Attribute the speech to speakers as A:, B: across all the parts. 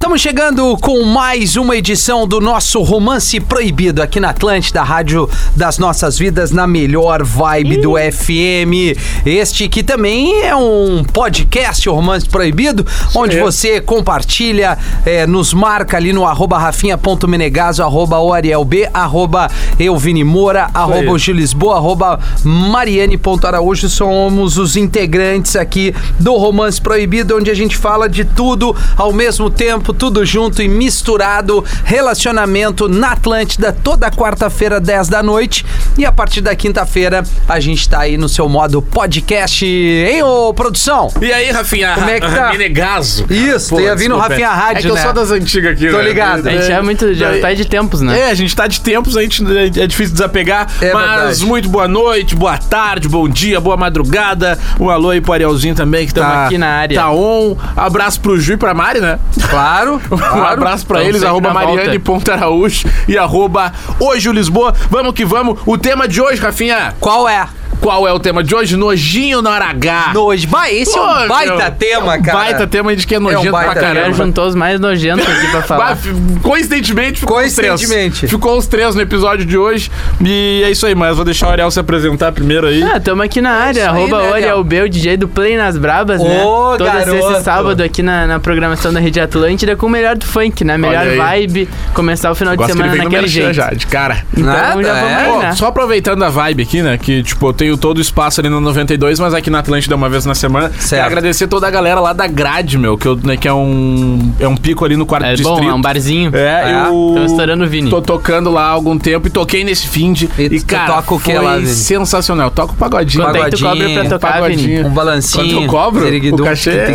A: Estamos chegando com mais uma edição do nosso Romance Proibido aqui na Atlântida, rádio das nossas vidas, na melhor vibe do FM. Este que também é um podcast, o Romance Proibido, onde você compartilha, eh, nos marca ali no arroba rafinha.menegaso, arroba o Ariel B, arroba Euvini Moura, arroba o Gil Lisboa, arroba Mariane.araújo. Somos os integrantes aqui do Romance Proibido, onde a gente fala de tudo ao mesmo tempo, tudo junto e misturado. Relacionamento na Atlântida, toda quarta-feira, 10 da noite. E a partir da quinta-feira, a gente tá aí no seu modo podcast, hein, ô produção?
B: E aí, Rafinha?
A: Como é que tá?
B: Menegaso.
A: Isso,
B: Pô,
A: ia vir no
B: desculpa,
A: Rafinha Rádio,
C: É que eu
A: né?
C: sou das antigas aqui,
A: Tô
C: né?
A: ligado.
D: A gente é muito. Já tá de tempos, né?
C: É, a gente tá de tempos, a gente é difícil desapegar.
A: É
C: mas
A: verdade.
C: muito boa noite, boa tarde, bom dia, boa madrugada. Um alô aí pro Arielzinho também, que
A: Tá
C: tá
D: aqui na área.
C: Tá on. Abraço pro Ju e pra Mari, né?
A: Claro,
C: Um
A: claro.
C: abraço pra
D: Tamo
C: eles,
D: sempre
C: arroba
D: na
C: Mariane.araújo e arroba hoje o Lisboa. Vamos que vamos. O tema de hoje, Rafinha,
A: Qual é?
C: qual é o tema de hoje? Nojinho na hora H.
A: Nojo. Bah, esse
C: Pô,
A: é um baita
C: meu,
A: tema,
C: é um
A: cara.
C: Baita tema de que é nojento
A: baita
C: pra
A: tema.
D: Já
C: caramba.
D: juntou os mais nojentos aqui pra
C: Bah,
D: falar.
C: fi- coincidentemente, ficou os
A: Coincidentemente.
C: três. Ficou os três no episódio de hoje. E é isso aí, mas vou deixar o Ariel se apresentar primeiro É aí.
D: Ah, tamo aqui na área,
A: isso aí,
D: arroba
A: né,
D: Oriel
A: Léo?
D: B, o DJ do Play nas Brabas, né?
A: Ô,
D: Toda sexta
A: garoto.
D: e sábado aqui na, na programação da Rede Atlântida com o melhor do funk, né? Melhor
C: Olha aí.
D: vibe, começar o final de semana naquele jeito.
C: já, de cara.
D: Então
A: Nada,
D: já vamos
A: é?
D: aí,
C: Pô,
D: né?
C: só aproveitando a vibe aqui, né? Que, tipo, eu tenho todo o espaço ali no 92, mas aqui na Atlântida uma vez na semana.
A: Certo.
C: E agradecer toda a galera lá da grade, meu, que, eu- né, que é um. É um pico ali no quarto
D: É
C: distrito.
D: bom, é um barzinho.
A: É.
C: É, eu.
D: Tão estourando o Vini.
C: Tô tocando lá há algum tempo e toquei nesse fim de.
A: E
C: E,
A: tu
C: cara,
A: toca o quê
C: foi
A: lá, Vini?
C: sensacional. Toca o pagodinho.
D: Quanto é que tu cobra pra tocar,
C: Pagodinho.
D: Vini?
A: Um balancinho.
C: Quanto eu cobro?
A: Ziriguidum.
C: O cachê. é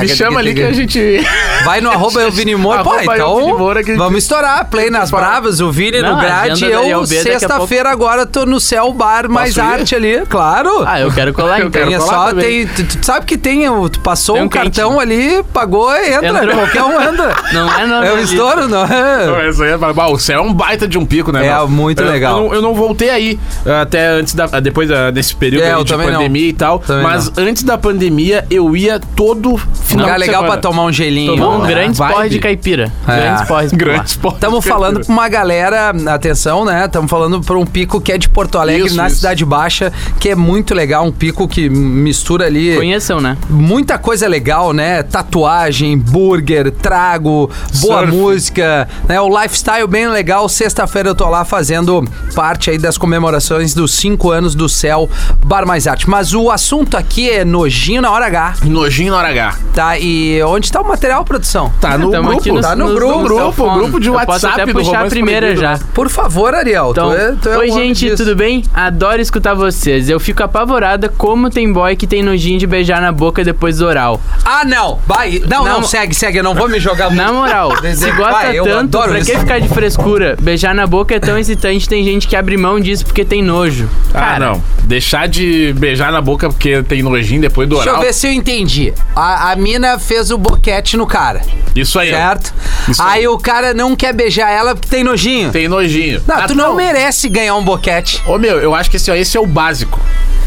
C: Me chama ali que a gente.
A: Vai no arroba eu Vini Moura. Pô,
C: Arroba eu, Vini
A: então
C: Moura, que-
A: vamos estourar. Play nas bravas, o Vini
D: Não,
A: no
D: a
A: grade.
D: agenda da
A: Eu,
D: ILB é daqui a
A: sexta-feira, agora tô no Céu Bar, mais
C: ir?
A: arte ali. Claro.
D: Ah, eu quero colar
C: Eu
D: então.
C: quero
A: Tem é
C: colar
A: só,
C: também.
A: tem, tu, tu sabe que tem, o- tu passou
D: Tem
A: um,
D: um quente.
A: cartão ali, pagou, entra,
D: Entrou.
A: qualquer um entra.
D: Não é não.
A: é um
D: ali.
A: estouro, não é?
C: Essa aí é- bah, o céu é um baita de um pico, né?
A: É,
C: meu?
A: muito
C: Eu-
A: legal.
C: Eu, não- eu não voltei aí eh, até antes da. ah, Depois da- desse período
A: É,
C: aí
A: eu
C: de
A: também não.
C: pandemia e tal.
A: Também
C: mas antes da pandemia, eu ia todo final.
A: Lugar
C: de
A: legal pra
C: semana.
A: tomar um gelinho.
D: Bom,
A: né?
D: grandes
C: Vibe.
D: porres de caipira.
A: É.
D: Grandes porres. por lá.
C: Grande esporte.
A: Estamos falando pra uma galera, atenção, né? Estamos falando para um pico que é de Porto Alegre,
C: Isso,
A: na
C: isso.
A: Cidade Baixa, que é muito legal, um pico que mistura ali
D: Conheçam, né?
A: muita coisa legal, né? Tatuagem, burger, trago, boa
C: Surf.
A: música, né? O lifestyle bem legal. Sexta-feira eu tô lá fazendo parte aí das comemorações dos cinco anos do Céu Bar Mais Arte. Mas o assunto aqui é nojinho na hora H,
C: Nojinho na hora H.
A: tá? E onde tá o material, produção?
C: Tá no
D: Tamo
C: grupo.
D: aqui
A: tá no grupo,
D: cell
C: grupo,
D: phone.
C: grupo de
D: Eu Posso
C: WhatsApp
D: até
C: do
D: puxar a
C: Romance
D: primeira
C: Proibido,
D: já.
C: né?
A: Por favor, Ariel.
D: Então,
A: tu é, tu é
D: oi
A: o homem
D: gente,
A: disso.
D: tudo bem? Adoro escutar vocês. Eu fico apavorada como tem boy que tem nojinho de beijar na boca depois do oral.
A: Ah, não. Vai. Não, não,
D: Não.
A: segue, segue. Eu não vou me jogar
D: Na
A: muito.
D: moral, se gosta
A: Vai, Ah, eu
D: tanto,
A: adoro
D: pra que
A: isso.
D: ficar de frescura? Beijar na boca é tão excitante, tem gente que abre mão disso porque tem nojo.
C: Ah, não. Deixar de beijar na boca porque tem nojinho depois do
A: Deixa eu
C: oral.
A: ver se eu entendi. A, a mina fez o boquete no cara,
C: Isso aí. ó.
A: certo?
C: É. Isso
A: aí, o cara não quer beijar ela porque tem nojinho.
C: Tem nojinho.
A: Não,
C: Ah,
A: tu não merece ganhar um boquete.
C: Ô, meu, eu acho que esse, ó, esse é o básico.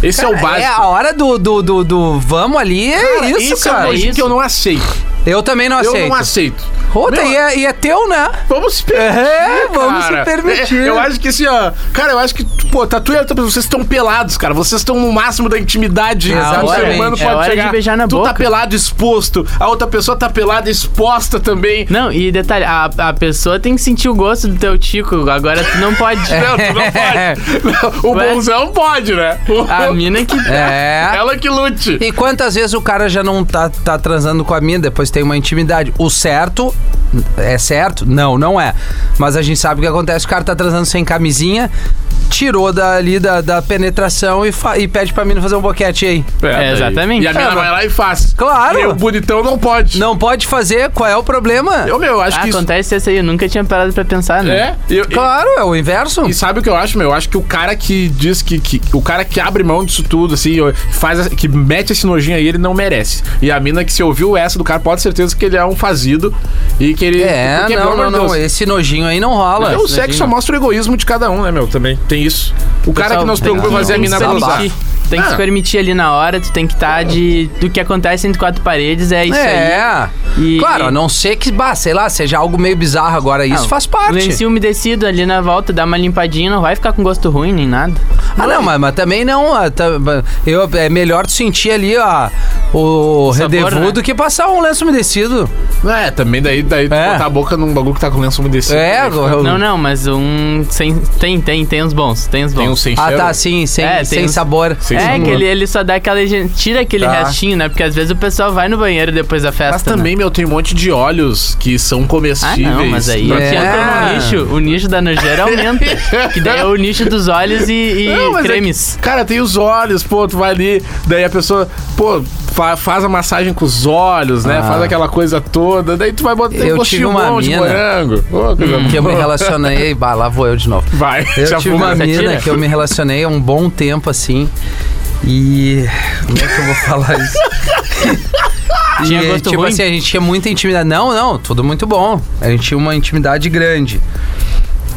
C: Esse é o
A: É,
C: básico.
A: a hora do, do, do, do vamos ali, é
C: Cara,
A: isso,
C: esse é
A: cara.
C: um nojinho que eu não aceito.
A: eu também não
C: Eu
A: aceito.
C: não aceito.
A: Puta,
C: Meu,
A: e, é, e é teu, né?
C: Vamos se permitir.
A: É, vamos se
C: cara.
A: permitir.
C: É, eu acho que assim, ó. Cara, eu acho que, pô, tatu e outra pessoa, vocês estão pelados, cara. Vocês estão no máximo da intimidade.
A: Exatamente.
C: Um ser humano
D: É
C: pode
D: hora de
C: chegar.
D: beijar na
C: tu
D: boca.
C: tá pelado exposto, a outra pessoa tá pelada exposta também.
D: Não, e detalhe, a, a pessoa tem que sentir o gosto do teu tico, agora tu não pode.
C: Não, tu não
A: É.
C: pode. Não, o
D: Ué?
C: bonzão pode, né?
A: Ah,
D: A mina que.
A: É.
C: Ela que lute.
A: E quantas vezes o cara já não tá, tá transando com a mina, depois tem uma intimidade? O certo é certo? Não, não é. Mas a gente sabe o que acontece, o cara tá transando sem camisinha, tirou dali da, da penetração e, fa- e pede pra mina fazer um boquete aí.
C: daí.
D: exatamente.
C: E a mina
A: É,
C: vai lá e faz.
A: Claro.
C: E o bonitão não pode.
A: Não pode fazer, qual é o problema?
C: Eu, meu, eu acho
D: Ah,
C: que isso.
D: acontece essa aí, eu nunca tinha parado pra pensar, né?
C: É, eu, eu-
A: Claro, é o inverso.
C: E sabe o que eu acho, meu? Eu acho que o cara que diz que, que- O cara que abre mão disso tudo, assim, eu- faz, que mete esse nojinho aí, ele não merece. E a mina que se ouviu essa do cara, pode ter certeza que ele é um fazido e que ele.
A: É,
C: porque,
A: não,
C: pelo
A: não,
C: amor de
A: não.
C: Deus, é
A: Esse nojinho aí não rola.
C: o sexo só mostra o egoísmo de cada um, né, meu? Também tem isso. O cara
D: Pessoal,
C: que não se
D: tem
C: preocupa em fazer a
A: um
D: tem que
C: mina
D: se
A: babar.
C: babar.
D: permitir. Tem que
C: Ah.
D: se permitir ali na hora, tu tem que estar de. Do que acontece entre quatro paredes, é isso aí.
A: É.
D: E-
A: Claro, a não ser que, bah, sei lá, seja algo meio bizarro agora. Isso
D: Não,
A: faz parte.
D: Lencinho umedecido ali na volta, dá uma limpadinha, não vai ficar com gosto ruim nem nada.
A: Ah, não, mas, mas também não. ah, tá- eu, é melhor tu sentir ali, ó, o
D: Sabor,
A: redevu
D: né?
A: do que passar um lenço umedecido.
C: É, também daí, daí tu
A: É.
C: botar a boca num bagulho que tá com lenço umedecido.
A: é,
C: também.
A: o-
D: Não, não, mas um. Sem, tem, tem, tem uns bons, tem uns bons.
C: Tem um sem
A: Ah,
C: cheiro.
A: tá, sim, sem,
D: É, tem
A: sem
D: uns-
A: sabor.
C: Sem
D: é,
C: sabor.
D: que ele, ele só dá aquela. higie- Tira aquele
A: Tá.
D: restinho, né? Porque às vezes o pessoal vai no banheiro depois da festa.
C: Mas
D: né?
C: também, meu, tem um monte de óleos que são
D: Ah,
C: comestíveis.
D: não, mas aí
A: É.
D: que entra no nicho. O nicho da nojeira aumenta. que daí é o nicho dos olhos e, e
C: Não, mas é
D: cremes.
C: que, cara, tem os olhos, pô, tu vai ali, daí a pessoa, pô, fa- faz a massagem com os olhos, né?
A: Ah.
C: Faz aquela coisa toda, daí tu vai botar um
A: Eu tive uma
C: bom de
A: mina.
C: morango. Pô, coisa
A: Que eu me
C: boa.
A: relacionei. Bah, lá vou eu de novo.
C: Vai,
A: Eu
C: já
A: tive
C: fui
A: uma
C: nessa
A: mina
C: tira.
A: que eu me relacionei há um bom tempo, assim. E. Como é que eu vou falar isso?
D: Tinha
A: E,
D: gosto
A: tipo
D: ruim?
A: assim, a gente tinha muita intimidade. Não, não, tudo muito bom. A gente tinha uma intimidade grande.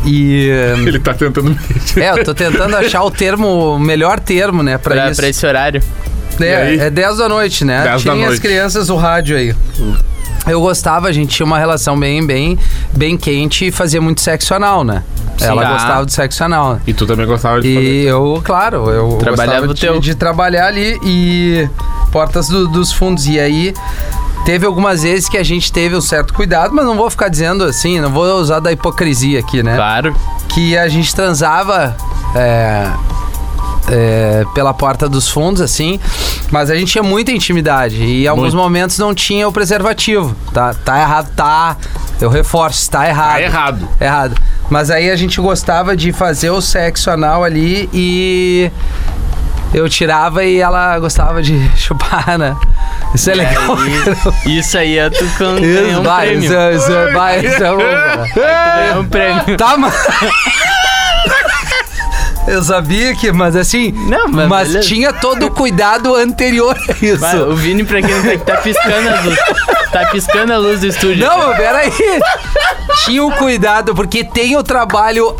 A: E.
C: Ele tá tentando me.
A: É, eu tô tentando achar o termo, o melhor termo, né, pra,
D: Pra,
A: isso.
D: pra esse horário.
C: E aí?
A: É, é 10 da noite, né?
C: 10 da
A: Tinha as
C: noite.
A: crianças o rádio aí. Eu gostava, a gente tinha uma relação bem, bem, bem quente e fazia muito sexo anal, né? Ela
D: Tá.
C: Ah.
A: gostava de sexo anal.
C: E tu também gostava de fazer.
A: E eu, claro, eu
D: Trabalhava
A: gostava
D: o
A: de,
D: teu.
A: de trabalhar ali e portas do- dos fundos. E aí teve algumas vezes que a gente teve um certo cuidado, mas não vou ficar dizendo assim, não vou usar da hipocrisia aqui, né?
D: Claro.
A: que a gente transava é, é, pela porta dos fundos, assim, mas a gente tinha muita intimidade e em alguns momentos não tinha o preservativo. Tá, tá errado, tá. Eu reforço, tá errado.
C: Tá errado.
A: Errado. Mas aí a gente gostava de fazer o sexo anal ali e eu tirava e ela gostava de chupar, né? Isso é legal.
D: E Isso aí é tu com ganhar
A: Isso,
D: um
A: vai,
D: prêmio.
A: isso, é- isso, é- vai, isso é um, cara.
D: Ganhar um prêmio.
A: Tá, mas. Eu sabia que, mas assim.
D: Não, mas
A: mas.
D: beleza.
A: tinha todo o cuidado anterior a isso.
D: Vai, o Vini, pra quem não tem que tá piscando a luz. Tá piscando a luz do estúdio.
A: Não, mas peraí. tinha o cuidado, porque tem o trabalho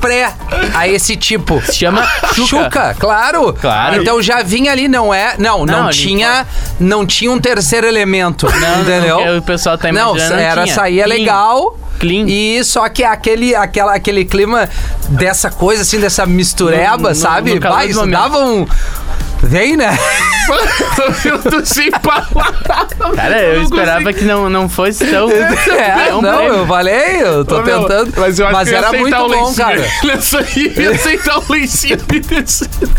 A: pré a esse tipo.
D: Se chama
A: Chuca,
D: Chuca.
A: claro.
D: Claro.
A: Então já vinha ali, não é? Não, não,
D: Não, ali
A: tinha, não tinha um terceiro elemento, entendeu?
D: porque o pessoal tá
A: não,
D: imaginando, não
A: era
D: tinha.
A: saía
D: Clean.
A: legal.
D: Clean.
A: E só que é aquele, aquela, aquele clima dessa coisa assim, dessa mistureba,
D: No- no-
A: sabe?
D: no calor
A: Vai,
D: do
A: isso
D: momento.
A: dava um Vem, né?
C: eu tô sem palavras.
D: Cara, eu
C: não
D: esperava que não, não fosse tão.
A: É,
D: um
A: não,
D: prêmio.
A: eu falei, eu tô
C: Ô, meu,
A: tentando.
C: Mas, eu acho que eu ia
A: era muito
C: aceitar o
A: bom,
C: lencinho.
A: cara.
C: Olha isso aí, eu ia aceitar o lencinho umedecido.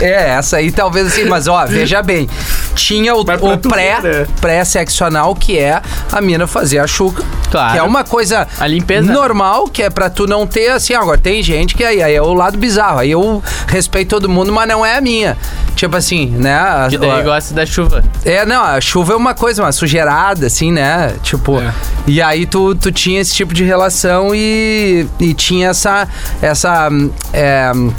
A: É, essa aí talvez assim, mas ó, veja bem. Tinha o,
C: Mas pra
A: o
C: tu
A: pré,
C: ver, né?
A: pré-sexo anal, que é a mina fazer a chuca.
D: Claro.
A: Que é uma coisa
D: A limpeza.
A: normal, que é pra tu não ter assim, ó, agora tem gente que aí, aí é o lado bizarro. Aí eu respeito todo mundo, mas não é a minha. Tipo assim, né? a-
D: Que daí
A: a-
D: gosta da chuva.
A: é, não, a chuva é uma coisa, uma sujeirada, assim, né? Tipo.
C: É.
A: E aí tu, tu tinha esse tipo de relação e, e tinha essa. Essa. hum, é, hum,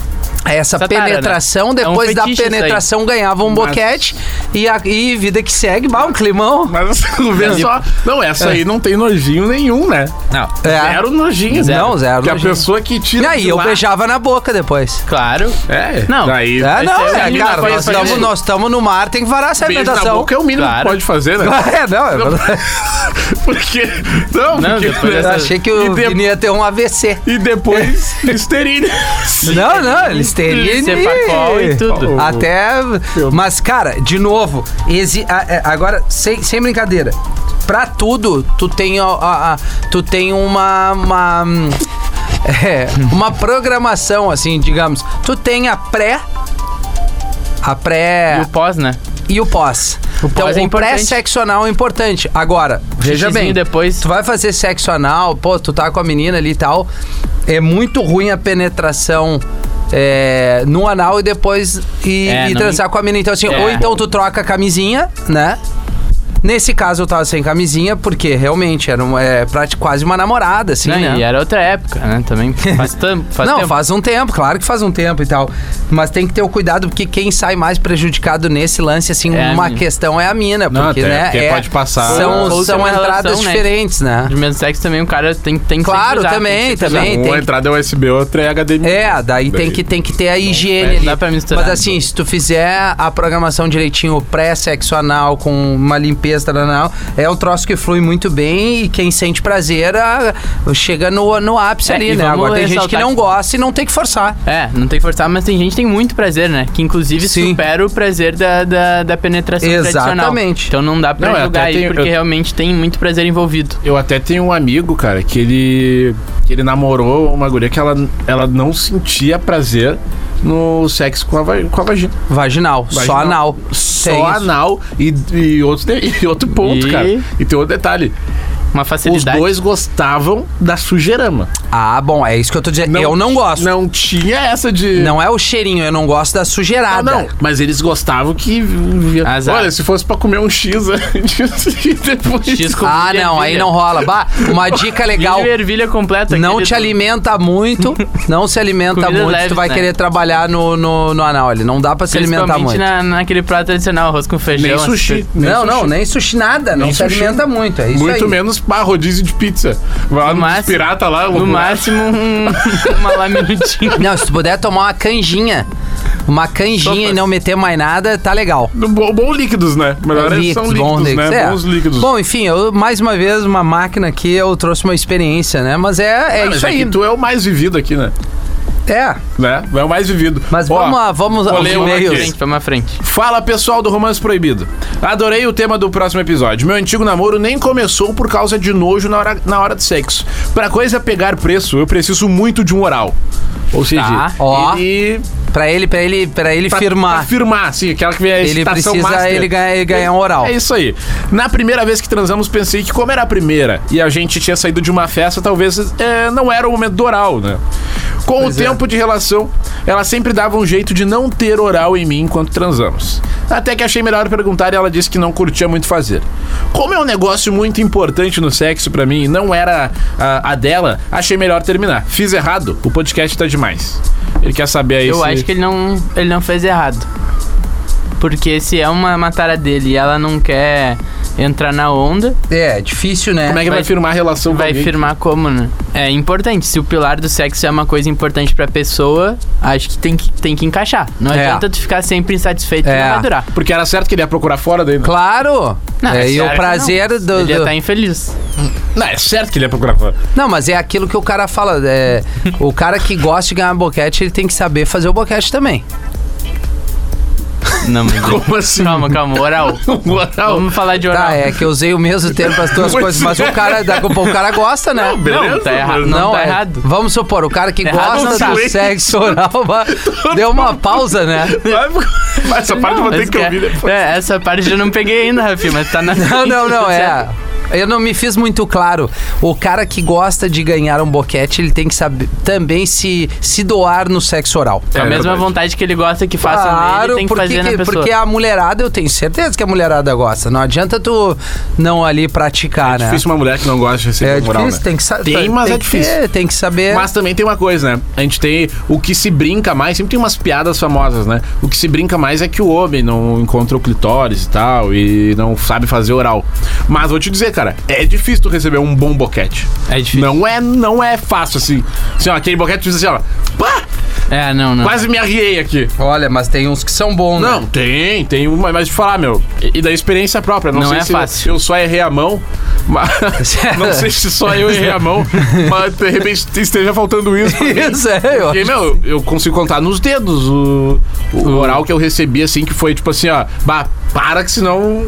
A: essa
D: Essa tara,
A: penetração,
D: né? É um
A: depois da
D: fetiche isso aí.
A: penetração ganhava um boquete e, a, e vida que segue, bah, um climão.
C: Mas vê só. Não, essa aí não tem nojinho nenhum, né?
D: Não.
A: tipo- É.
C: Zero nojinho.
A: Não, zero
C: Que a
A: nojinho.
C: pessoa que
A: E
C: tira.
A: aí
C: de
A: eu
C: lá-
A: beijava na boca depois.
D: Claro.
C: É,
D: Não.
C: Daí,
A: É, não,
D: aí
A: é,
D: a mina
A: cara,
D: faz-
A: nós
D: faz-
A: estamos nós tamo no mar, tem que varar essa
C: beijo na
A: alimentação.
C: boca é o mínimo
D: Claro.
C: que pode fazer, né?
A: É, não, é verdade.
C: Porque. Não,
D: Não,
C: porque.
D: depois
A: eu
D: dessa-
A: achei que o
C: E de-
A: Vini ia ter um AVC.
C: E depois, listerine.
A: É. Não, não, eles teriam.
D: Cepacol e tudo.
A: Até. Mas, cara, de novo, exi- a- a- agora, sem, sem brincadeira. Pra tudo, tu tem, a- a- a- tu tem uma. uma hum, é, uma programação, assim, digamos. Tu tem a pré. A
D: E
A: pré
D: o pós, né?
A: e o pós. então,
D: é
A: o
D: importante. Um
A: pré-sexo anal é importante. Agora, veja bem.
D: Xixizinho depois.
A: Tu vai fazer sexo anal, pô, tu tá com a menina ali e tal. É muito ruim a penetração é, no anal e depois e,
D: É,
A: e
D: não
A: transar com a menina. Então, assim,
D: É.
A: ou então tu troca a camisinha, né? Nesse caso, eu tava sem camisinha, porque realmente era um, é, prati- quase uma namorada, assim,
D: Não,
A: né?
D: E era outra época, né? Também faz, tam, faz
A: não,
D: tempo.
A: faz um tempo, claro que faz um tempo e tal. Mas tem que ter o cuidado, porque quem sai mais prejudicado nesse lance, assim,
D: É a
A: uma
D: mina.
A: questão é a mina,
C: Não,
A: porque,
C: até
A: né?
C: porque
A: é-
C: pode passar-
A: São,
D: Ou
A: são
D: ser uma
A: entradas
D: relação, né?
A: diferentes, né?
D: De mesmo sexo também o cara tem, tem que
A: Claro,
D: sempre usar,
A: também,
D: tem que sempre
A: também.
D: usar.
A: tem
C: Uma
A: que-
C: entrada é USB, outra é HDMI.
A: É, daí tem que, tem que ter a higiene
D: é, dá
A: ali.
D: pra misturar. né?
A: Mas assim, se tu fizer a programação direitinho pré-sexo anal com uma limpeza anal, é um troço que flui muito bem e quem sente prazer ah, chega no, no ápice
D: É,
A: ali,
D: e
A: né?
D: vamos
A: Agora tem gente que
D: ressaltar
A: não
D: que-
A: gosta e não tem que forçar.
D: É, não tem que forçar, mas tem gente que tem muito prazer, né? Que inclusive
A: Sim.
D: supera o prazer da, da, da penetração tradicional.
A: Exatamente.
D: Então não dá pra
C: Não, eu
D: julgar
C: até
D: aí,
C: tenho-
D: porque
C: eu-
D: realmente tem muito prazer envolvido.
C: Eu até tenho um amigo, cara, que ele. que ele namorou uma guria que ela, ela não sentia prazer no sexo com a, va- com a vagina.
A: Vaginal, só
C: Vaginal.
A: anal. Tem
C: Só
A: isso.
C: anal e, e, outro, de- e outro ponto,
D: E-
C: cara. E tem outro detalhe.
D: Uma facilidade.
C: Os dois gostavam da sujeirama.
A: Ah, bom, é isso que eu tô dizendo. eu não gosto. Não.
C: Não tinha essa de.
A: é o cheirinho, eu não gosto da
C: Ah,
A: sujeirada.
C: não, mas eles gostavam que.
D: Azar.
C: Olha, se fosse pra comer um X antes e depois.
D: X com
A: Ah,
C: é
D: ervilha.
A: não, aí não rola. Bah, uma dica legal.
D: Milho e ervilha
C: tá
D: completa.
A: Não
D: aquele
A: te
D: do-
A: alimenta muito, não se alimenta
D: Comidas
A: muito, tu
D: leves,
A: vai
D: né?
A: querer trabalhar no, no, no anal, ele não dá pra se alimentar
D: Principalmente
A: muito.
D: na, naquele prato tradicional, arroz com feijão.
C: Nem
D: essas
C: sushi.
D: coisas.
C: nem
A: assim. não,
C: sushi.
A: não, nem sushi nada, não
C: Nem
A: se
C: sushi.
A: alimenta muito, é isso
C: Muito
A: aí.
C: menos pá, rodízio de pizza. Vai lá
D: No
C: no,
D: máximo-
C: pirata lá.
D: No máximo, um, uma lá minutinho.
A: Não, se tu puder tomar uma canjinha, uma canjinha e não meter mais nada, tá legal.
C: No bo- bom líquidos, né? Melhor é- são líquidos, né?
A: é.
C: Bons líquidos.
A: Bom, enfim, eu, mais uma vez, uma máquina aqui, eu trouxe uma experiência, né? Mas é, é
C: Ah, mas
A: isso
C: é
A: aí.
C: que tu é o mais vivido aqui, né?
A: É,
C: né? É o mais vivido.
A: mas
C: Ó,
A: vamos lá, vamos
C: vou
A: aos
C: ler uma
D: Pra
A: e-mails.
D: frente, pra uma frente.
C: Fala pessoal do Romance Proibido. Adorei o tema do próximo episódio. Meu antigo namoro nem começou por causa de nojo na hora, na hora do sexo. Pra coisa pegar preço, eu preciso muito de um oral. Ou seja,
D: Tá,
A: ó.
C: ele.
A: Pra ele, pra ele, pra ele
C: pra-
A: firmar.
C: pra firmar, sim, aquela que vem a
A: Ele
C: excitação
A: precisa
C: master.
A: ele ganhar, ele ganhar um oral.
C: É isso aí. Na primeira vez que transamos, pensei que, como era a primeira e a gente tinha saído de uma festa, talvez é, não era o momento do oral, né? Com
D: é.
C: o tempo de relação, ela sempre dava um jeito de não ter oral em mim enquanto transamos. Até que achei melhor perguntar e ela disse que não curtia muito fazer. Como é um negócio muito importante no sexo pra mim e não era a, a dela, achei melhor terminar. Fiz errado, o podcast tá demais. Ele quer saber É aí
D: Eu
C: se-
D: acho que ele não, ele não fez errado. Porque se é uma matara dele e ela não quer entrar na onda,
A: É, difícil, né?
C: Como é que vai,
D: vai-
C: firmar a relação com
D: vai
C: alguém?
D: firmar como, né? É importante. Se o pilar do sexo é uma coisa importante pra pessoa, acho que tem que, tem que encaixar. Não
A: É.
D: adianta tu ficar sempre insatisfeito,
A: É.
D: não vai durar.
C: Porque era certo que ele ia procurar fora daí, né?
A: Claro!
D: Não,
A: é, e
D: claro
A: o
D: que
A: prazer
D: não.
A: do.
D: Ele ia
A: do-
D: tá infeliz.
C: Não, é certo que ele ia procurar fora.
A: Não, mas é aquilo que o cara fala. é, o cara que gosta de ganhar boquete, ele tem que saber fazer o boquete também.
D: Não, mas...
C: Como assim?
D: Calma, calma, oral.
C: Moral.
D: Vamos falar de oral.
A: Tá, é que eu usei o mesmo termo para as duas
C: Ah. Pois é.
A: coisas, mas o cara, daqui a pouco o cara gosta, né?
C: Não, beleza.
D: Não, tá errado.
C: mas
D: Não, tá
A: é-
D: errado.
A: Vamos supor, o cara que
D: Errado
A: gosta
D: não
A: do
C: tá.
A: sexo oral mas deu uma pausa, né?
C: Vai- Essa parte eu vou ter
D: Mas
C: que ouvir
D: que-
C: depois.
D: É, essa parte eu não peguei ainda, Rafi, mas tá na.
A: Não, não, não, é. Eu não me fiz muito claro. O cara que gosta de ganhar um boquete, ele tem que saber também se, se doar no sexo oral.
D: É a
C: É
D: mesma
C: verdade.
D: vontade que ele gosta que faça nele, tem que
A: porque,
D: fazer na
A: que-
D: pessoa.
A: porque a mulherada, eu tenho certeza que a mulherada gosta. Não adianta tu não ali
D: É
A: praticar, né?
C: Difícil uma mulher que não gosta de receber
A: é
C: moral,
A: difícil,
C: né?
A: tem que saber.
C: Tem, mas é difícil.
A: tem que saber.
C: Mas também tem uma coisa, né? A gente tem o que se brinca mais, sempre tem umas piadas famosas, né? O que se brinca mais é que o homem não encontra o clitóris e tal, e não sabe fazer oral. Mas vou te dizer, cara, é difícil tu receber um bom boquete.
D: É difícil.
C: Não é, não é fácil, assim. Assim, ó, aquele boquete tu diz assim, ó. Pá,
D: É, não, não.
C: quase me arriei aqui.
A: Olha, mas tem uns que são bons, né?
C: Não, tem, tem uma, mas de falar, meu, e e da experiência própria. Não,
D: Não
C: sei
D: é
C: se
D: fácil.
C: eu só errei a mão, mas. não sei se só eu errei a mão, mas de repente esteja faltando isso. pra mim.
A: Isso é, eu.
C: Porque, meu, eu consigo contar nos dedos o, o oral que eu recebi, assim, que foi tipo assim, ó, bah, para que senão.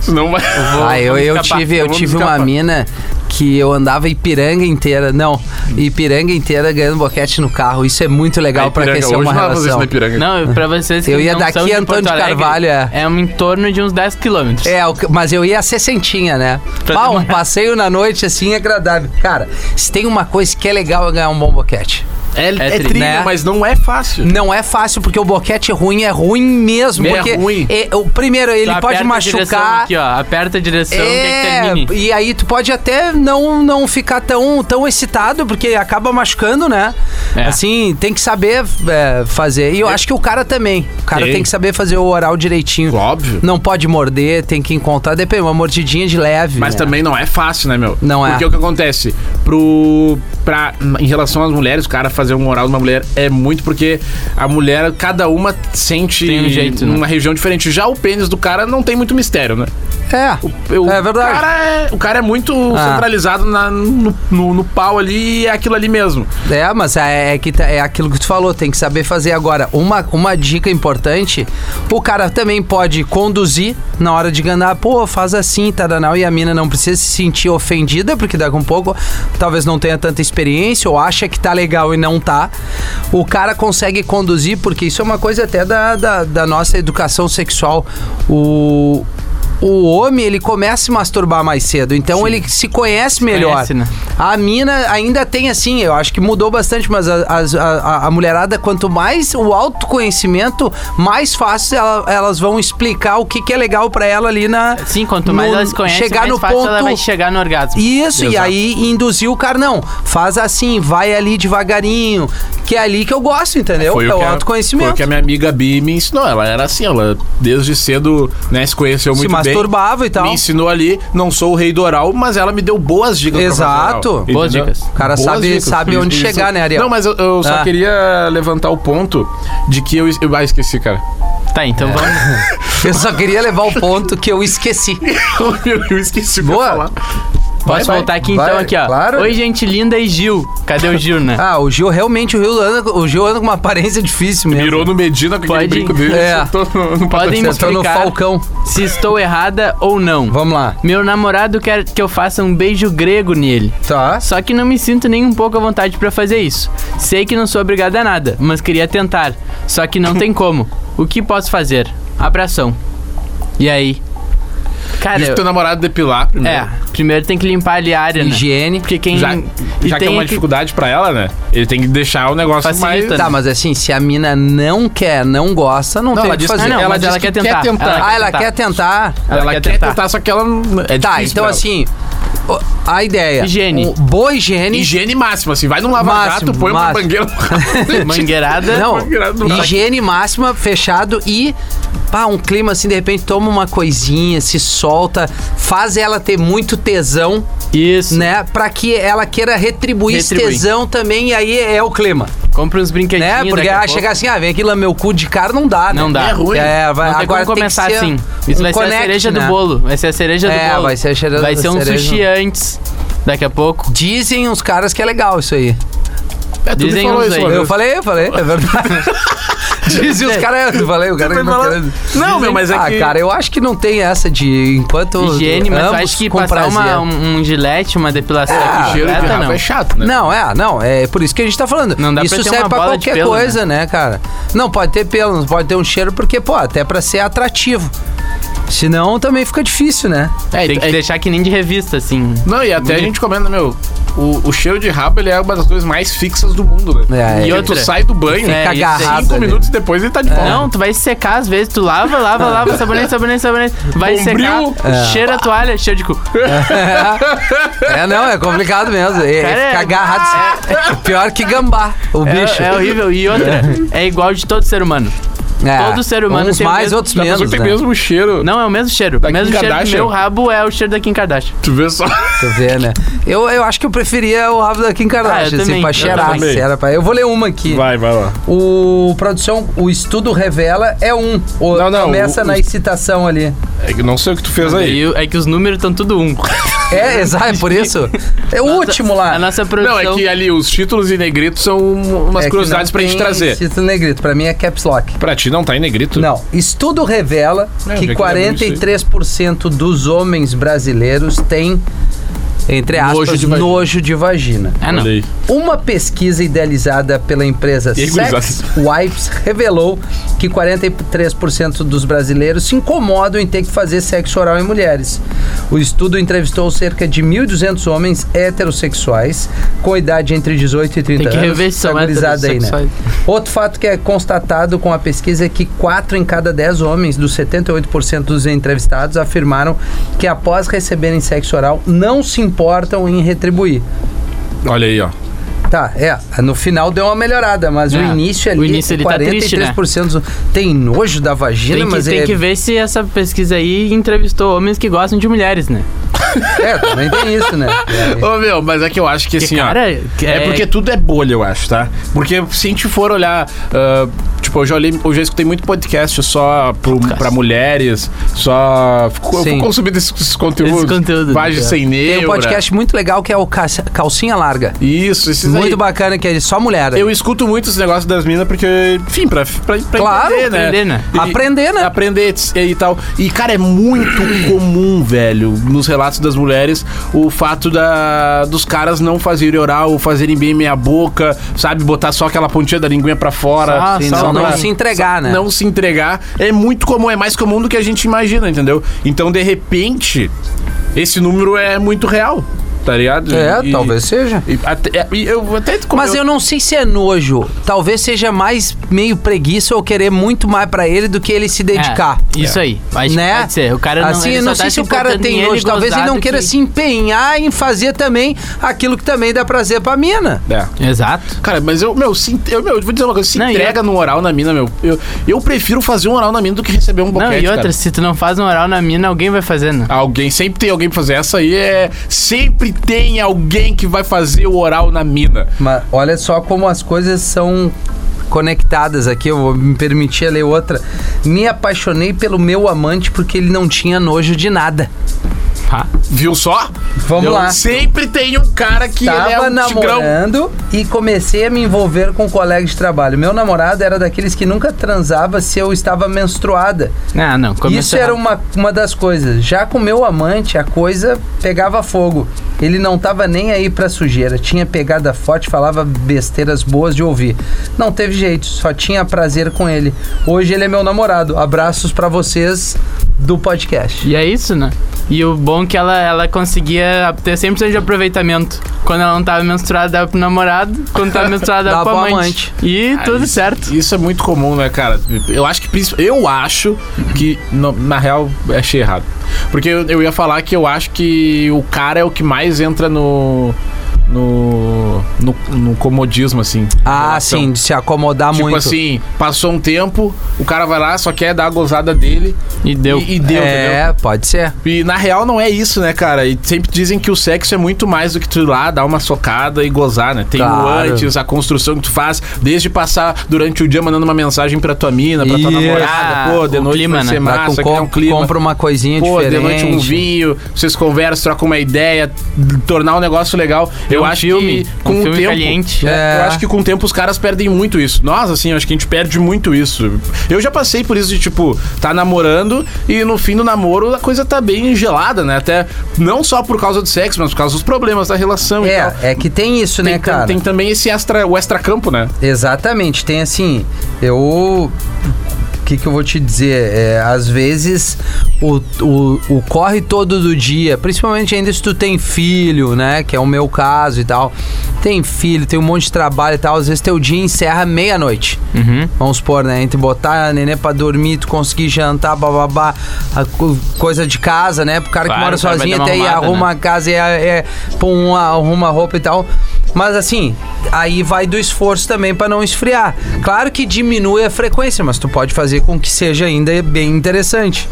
C: Senão vai.
A: Ah, eu, eu
C: escapar,
A: tive, eu
C: vamos
A: tive uma
C: escapar.
A: mina que eu andava Ipiranga inteira, não, Ipiranga inteira ganhando boquete no carro. Isso é muito legal
C: Ipiranga,
A: pra aquecer
C: hoje
A: uma
C: não vai fazer isso
A: relação.
C: na Ipiranga.
D: Não, pra vocês que
A: Eu ia
D: não
A: daqui
D: são
A: a
D: de
A: Antônio
D: Porto
A: de
D: Alegre,
A: Carvalho, é.
D: É um em torno de uns 10 quilômetros.
A: É, o que- mas eu ia a 60, né?
D: Pra
A: Ah, um
D: demorar.
A: passeio na noite assim agradável. Cara, se tem uma coisa que é legal é ganhar um é bom boquete.
C: É, é,
D: tri,
C: trilha,
A: né?
C: mas não é fácil.
A: Não é fácil, porque o boquete ruim é ruim mesmo.
C: É
A: porque
C: ruim. Tá
A: é- o primeiro, ele
D: Tu
A: pode
D: aperta a direção
A: machucar.
D: Aqui, ó. Aperta a direção
A: É,
D: e que termine.
A: e aí tu pode até não, não ficar tão, tão excitado, porque acaba machucando, né?
D: É.
A: Assim, tem que saber é, fazer. E eu acho que o cara também. O cara
C: Sim.
A: tem que saber fazer o oral direitinho.
C: Óbvio.
A: Não pode morder, tem que encontrar. Depende, uma mordidinha de leve.
C: Mas
A: né?
C: também não é fácil, né, meu?
A: Não é.
C: Porque o que acontece? Pro. Pra, em relação às mulheres, o cara fazer um oral de uma mulher é muito porque a mulher, cada uma sente
D: Tem um jeito, né?
C: uma região diferente. Já o pênis do cara não tem muito mistério, né?
A: É.
C: Eu-
A: é verdade. Ah.
C: O cara é, o cara é muito centralizado na- no, no, no pau ali e é aquilo ali mesmo.
A: É, mas é, é que, tá- é aquilo que tu falou, tem que saber fazer. Agora, uma, uma dica importante, o cara também pode conduzir na hora de ganhar, pô, faz assim, taranau, e a mina não precisa se sentir ofendida, porque daqui a um pouco talvez não tenha tanta experiência, ou acha que tá legal e não tá. O cara consegue conduzir, porque isso é uma coisa até da, da, da nossa educação sexual. O... O homem, ele começa a se masturbar mais cedo, então ele se conhece melhor.
D: conhece, né?
A: A mina ainda tem assim, eu acho que mudou bastante, mas a, as- a- a- a mulherada, quanto mais o autoconhecimento, mais fácil ela- elas vão explicar o que, que é legal pra ela ali na.
D: Sim, quanto mais
A: no-
D: ela se conhece,
A: chegar
D: mais
A: no
D: fácil
A: ponto.
D: ela vai chegar no orgasmo.
A: Isso, e aí induzir o cara, não, faz assim, vai ali devagarinho, que é ali que eu gosto, entendeu? é
C: o
A: o
C: que a- Foi o
A: autoconhecimento.
C: que a minha amiga Bi me ensinou. Ela era assim, ela desde cedo, né, se conheceu
A: Se
C: muito bem.
A: masturbava e tal.
C: Me ensinou ali, não sou o rei do oral, mas ela me deu boas dicas. pra fazer
A: Exato.
C: oral,
D: Boas
C: entendeu?
D: dicas.
A: O cara
C: Boas
A: sabe-
C: dicas.
A: sabe onde chegar, né, Ariel?
C: Não, mas eu, eu só
A: Ah.
C: queria levantar o ponto de que eu... es- eu ah, esqueci, cara.
D: Tá, então vamos.
A: Eu só queria levar o ponto que eu esqueci.
C: eu, esqueci o que eu
A: Boa.
C: ia falar.
D: Posso
C: vai,
D: voltar aqui
A: vai,
D: então, aqui, ó.
A: claro.
D: Oi, gente linda e Gil. Cadê o Gil, né?
A: Ah, o Gil realmente, o Gil anda, o Gil anda com uma aparência difícil mesmo.
C: Mirou no Medina com
D: Pode
C: aquele
D: ir.
C: brinco dele.
A: É.
C: sentou no- no
D: Podem me
A: Sentou no
D: explicar
A: Falcão.
D: se estou errada ou não.
A: Vamos lá.
D: Meu namorado quer que eu faça um beijo grego nele.
A: Tá.
D: Só que não me sinto nem um pouco à vontade pra fazer isso. Sei que não sou obrigado a nada, mas queria tentar. Só que não tem como. O que posso fazer? Abração. E aí? Cara,
C: Diz pro teu namorado depilar
D: eu-
C: primeiro.
D: é, primeiro tem que limpar ali a área, né?
A: Higiene.
D: Porque quem
C: né? Já,
D: e
C: já que é
D: tem
C: uma
D: que-
C: dificuldade pra ela, né? Ele tem que deixar o negócio mais...
D: Facilita, né?
A: Tá, mas assim, se a mina não quer, não gosta, não,
C: Não,
A: tem
C: ela
A: o que
C: disse que
D: Ah,
A: fazer.
D: não,
C: Ela
D: mas ela
C: diz
D: quer
C: que quer
D: tentar.
C: tentar.
A: ah, ela quer tentar.
C: Ela, quer tentar. só que ela... não- É
A: Tá,
C: difícil
A: então
C: pra ela.
A: assim, o- a ideia.
D: Higiene.
A: Um, boa higiene.
C: Higiene máxima, assim. Vai num lava-jato,
A: Máximo,
C: põe uma
A: máximo.
C: mangueira.
D: Mangueirada.
A: Não,
C: Irado, irado.
A: higiene máxima, fechado e. Pá, um clima assim, de repente toma uma coisinha, se solta, faz ela ter muito tesão,
D: Isso.
A: né? Pra que ela queira retribuir, esse
D: Retribuir.
A: tesão também, e aí é o clima,
D: Compra uns brinquedinhos.
A: né? Porque
D: daqui a
A: ela
D: pouco.
A: chegar assim, ah, vem aqui lá meu cu de cara, não dá, né?
D: Não dá.
C: É ruim.
A: É, vai,
D: Não tem
A: agora
D: como
A: tem que
D: começar
A: ser
D: assim.
A: um
D: Isso vai ser a
A: connect,
D: cereja
A: né?
D: do bolo. Vai ser a cereja do
A: É,
D: bolo.
A: vai ser a cereja-
D: Vai ser um
A: cereja.
D: sushi antes. Daqui a pouco.
A: Dizem os caras que é legal isso aí.
C: É, tu me
D: Dizem
C: falou
D: uns
C: isso,
D: aí.
C: uma
A: Eu
C: vez.
A: falei, eu falei, é verdade. Dizem os caras, eu falei, o cara que não quer.
C: Não, meu, mas é
A: ah,
C: que...
A: cara, eu acho que não tem essa de enquanto
D: Higiene, mas eu
A: ambos
D: acho que
A: com
D: passar
A: prazer.
D: uma, um, um gilete, uma depilação
A: Ah,
D: aqui
C: Cheiro de
D: completa,
C: rabo
D: não.
C: é chato, né?
A: Não, é, não, é por isso que a gente tá falando.
D: Não dá pra
A: isso
D: ter
A: serve
D: uma
A: pra
D: bola de
A: qualquer
D: pelo,
A: coisa, né? cara? Não, pode ter pelo, não pode ter um cheiro, porque, pô, até pra ser atrativo. Senão também fica difícil, né?
C: É,
D: Tem que
C: é-
D: deixar que nem de revista, assim.
C: Não, e até a gente comenta, meu, o, o cheiro de rabo ele é uma das coisas mais fixas do mundo, né?
A: É,
C: e
D: é.
C: outra, tu sai do banho,
A: Fica
D: É, isso aí.
A: agarrado.
C: cinco
A: ali.
C: minutos depois ele tá de volta.
D: Não, tu vai se secar às vezes, tu lava, lava, lava, sabonete, sabonete, sabonete. Vai
C: Bombril.
D: secar, cheira a toalha, cheiro de cu.
A: É, não, é complicado mesmo. É,
D: Cara,
A: fica
D: é-
A: agarrado. assim. Pior que gambá, o bicho.
D: É, é horrível. E outra, é igual de todo ser humano.
A: É,
D: todo ser humano
A: Uns
D: tem o
A: mais,
D: mesmo-
A: outros
C: A pessoa
A: menos,
C: tem
A: né?
C: mesmo cheiro.
D: Não, é o mesmo cheiro.
C: Da
D: O mesmo
C: Kim
D: cheiro do
C: Kardashian.
D: meu rabo é o cheiro da Kim Kardashian.
C: Tu vê só.
A: Tu vê, né? Eu, eu acho que eu preferia o rabo da Kim
D: Ah,
A: Kardashian,
D: eu
A: assim,
D: também,
A: pra
D: eu
A: cheirar.
C: também.
A: se era pra- Eu vou ler uma aqui.
C: Vai, vai lá.
A: O produção, o estudo revela é um. O-
C: Não, não,
A: começa
C: o-
A: na
C: o-
A: excitação ali.
C: É que não sei o que tu fez aí.
D: E o- é que os números estão tudo um.
A: É, exato, é por isso. É o último lá.
D: A nossa produção.
C: Não, é que ali os títulos em negrito são um, umas
A: É que
C: curiosidades
A: não
C: pra gente
A: tem
C: trazer.
A: Título negrito, pra mim é caps lock.
C: Pra ti não tá em negrito?
A: Não, estudo revela
C: É, onde é
A: que
C: que abriu isso aí?
A: 43% dos homens brasileiros têm entre aspas, nojo de vagina.
D: Ah, não.
C: Olha aí.
A: Uma pesquisa idealizada pela empresa
C: E aí, gurizada?
A: Sex Wipes revelou que 43% dos brasileiros se incomodam em ter que fazer sexo oral em mulheres. O estudo entrevistou cerca de 1.200 homens heterossexuais com idade entre 18 e 30
D: Tem que
A: anos.
D: rever se são
A: Tá gurizada aí, né?
D: heterossexuais.
A: Outro fato que é constatado com a pesquisa é que 4 em cada 10 homens, dos 78% dos entrevistados, afirmaram que após receberem sexo oral não se importam em retribuir.
C: Olha aí, ó.
A: Tá, é. No final deu uma melhorada, mas o
D: É,
A: início ali,
D: o início ele tá triste, né?
A: 43% tem nojo da vagina,
D: Tem, que,
A: mas
D: tem
A: é,
D: que ver se essa pesquisa aí entrevistou homens que gostam de mulheres, né?
A: é, também tem isso, né? É,
C: Ô, meu, mas é que eu acho que assim, ó.
D: cara, que
C: É
D: é-
C: porque tudo é bolha, eu acho, tá? Porque se a gente for olhar. ah, tipo, eu já, li, eu já escutei muito podcast só pro, pra mulheres, só. Eu
A: Sim.
C: vou consumindo esses, esses conteúdos.
D: Esses conteúdos,
C: Página
D: é.
C: sem neura.
A: Tem um podcast muito legal que é o Calça- Calcinha Larga.
C: Isso, esses
A: Muito
C: aí.
A: bacana, que é só mulher.
C: Eu escuto muito esse negócio das minas porque, enfim, pra, pra, pra
A: Claro,
C: entender, né?
D: aprender, né?
C: E-
A: Aprender, né?
C: Aprender e, e tal. E, cara, é muito comum, velho, nos relatos das mulheres, o fato da, dos caras não fazerem oral, fazerem bem meia boca, sabe? Botar só aquela pontinha da linguinha pra fora. assim,
D: Só-
A: Sim,
D: só
A: não, não
D: pra-
A: se entregar, né?
C: Não se entregar. É muito comum, é mais comum do que a gente imagina, entendeu? Então, de repente, esse número é muito real, tá ligado?
A: é,
C: E-
A: talvez seja.
C: e até- e eu até
A: Mas eu não sei se é nojo. Talvez seja mais meio preguiça ou querer muito mais pra ele do que ele se dedicar.
D: É, isso aí. Acho
A: né?
D: que pode ser. O cara não,
A: assim,
D: ele
A: eu
D: só
A: não
D: tá
A: sei se o cara
D: importando em
A: tem
D: ele
A: nojo. Talvez ele
D: gozado
A: não queira
D: que-
A: se empenhar em fazer também aquilo que também dá prazer pra mina.
C: É.
D: Exato.
C: Cara, mas eu, meu, se, eu, meu, eu vou dizer uma coisa, se
D: Não, e é-
C: entrega num oral na mina, meu. Eu, eu prefiro fazer um oral na mina do que receber um boquete,
D: não, e outra,
C: cara.
D: se tu não faz um oral na mina, alguém vai fazer, né?
C: Alguém, sempre tem alguém pra fazer. Essa aí é. Sempre tem alguém que vai fazer o oral na mina.
A: Mas olha só como as coisas são conectadas aqui. Eu vou me permitir ler outra. Me apaixonei pelo meu amante porque ele não tinha nojo de nada.
D: Ah,
C: Viu só?
A: Vamos
C: Eu-
A: lá.
C: Sempre tem um cara que ele é
A: Tava
C: um tigrão.
A: namorando e comecei a me envolver com um colega de trabalho. Meu namorado era daqueles que nunca transava se eu estava menstruada.
D: não, Ah, não. começou
A: Isso era
D: errado.
A: uma, uma das coisas. Já com meu amante, a coisa pegava fogo. Ele não tava nem aí pra sujeira. Tinha pegada forte, falava besteiras boas de ouvir. Não teve jeito, só tinha prazer com ele. Hoje ele é meu namorado. Abraços pra vocês do podcast.
D: E é isso, né? E o bom é que ela, ela conseguia ter 100% de aproveitamento. Quando ela não tava menstruada, dava pro namorado. Quando tava menstruada, dava
A: Dava
D: pro
A: pro
D: amante. E tudo
C: isso,
D: certo.
C: Isso é muito comum, né, cara? Eu acho que princip- eu acho que não, na real achei errado. Porque eu, eu ia falar que eu acho que o cara é o que mais entra no no no, no comodismo assim.
A: Ah,
C: Relação.
A: sim, de se acomodar
C: Tipo
A: muito.
C: assim, passou um tempo, o cara vai lá, só quer dar a gozada dele
D: E deu.
C: e, e deu, entendeu?
A: é, pode ser.
C: E na real não é isso, né, cara? E sempre dizem que o sexo é muito mais do que tu ir lá dar uma socada e gozar, né? Tem o
A: Claro.
C: antes, a construção que tu faz, desde passar durante o dia mandando uma mensagem pra tua mina, pra tua
A: Isso.
C: namorada, pô, de
D: O
C: noite
D: clima,
C: vai
D: né?
C: ser
D: Dá
A: Dá com
C: massa,
A: com-
C: criar um clima.
A: Compra uma coisinha
C: Pô, de
A: diferente.
C: noite um vinho, vocês conversam, trocam uma ideia, tornar o negócio legal. Eu
D: um
C: acho
D: filme,
C: que com
D: um
C: o
D: filme
C: tempo,
D: caliente.
A: É.
C: eu acho que com o tempo os caras perdem muito isso. Nós, assim, eu acho que a gente perde muito isso. Eu já passei por isso de, tipo, tá namorando e no fim do namoro a coisa tá bem gelada, né? Até não só por causa do sexo, mas por causa dos problemas da relação e tal.
A: É, é que tem isso, né,
C: então. Tem, um
A: cara?
C: tem também esse extra, o extracampo, né?
A: Exatamente, tem assim, eu. O que, que eu vou te dizer? É, às vezes o, o, o corre todo do dia, principalmente ainda se tu tem filho, né? Que é o meu caso e tal. Tem filho, tem um monte de trabalho e tal. Às vezes teu dia encerra meia-noite.
D: Uhum.
A: Vamos supor, né? Entre botar a nenê pra dormir, tu conseguir jantar, bababá, a co- coisa de casa, né? Pro cara
D: Claro,
A: que mora
D: o cara vai
A: sozinho
D: dar uma
A: até ir
D: arrumada, né?
A: arruma a casa e é, é, põe uma, arruma roupa e tal. Mas assim, aí vai do esforço também pra não esfriar. Claro que diminui a frequência, mas tu pode fazer com que seja ainda bem interessante.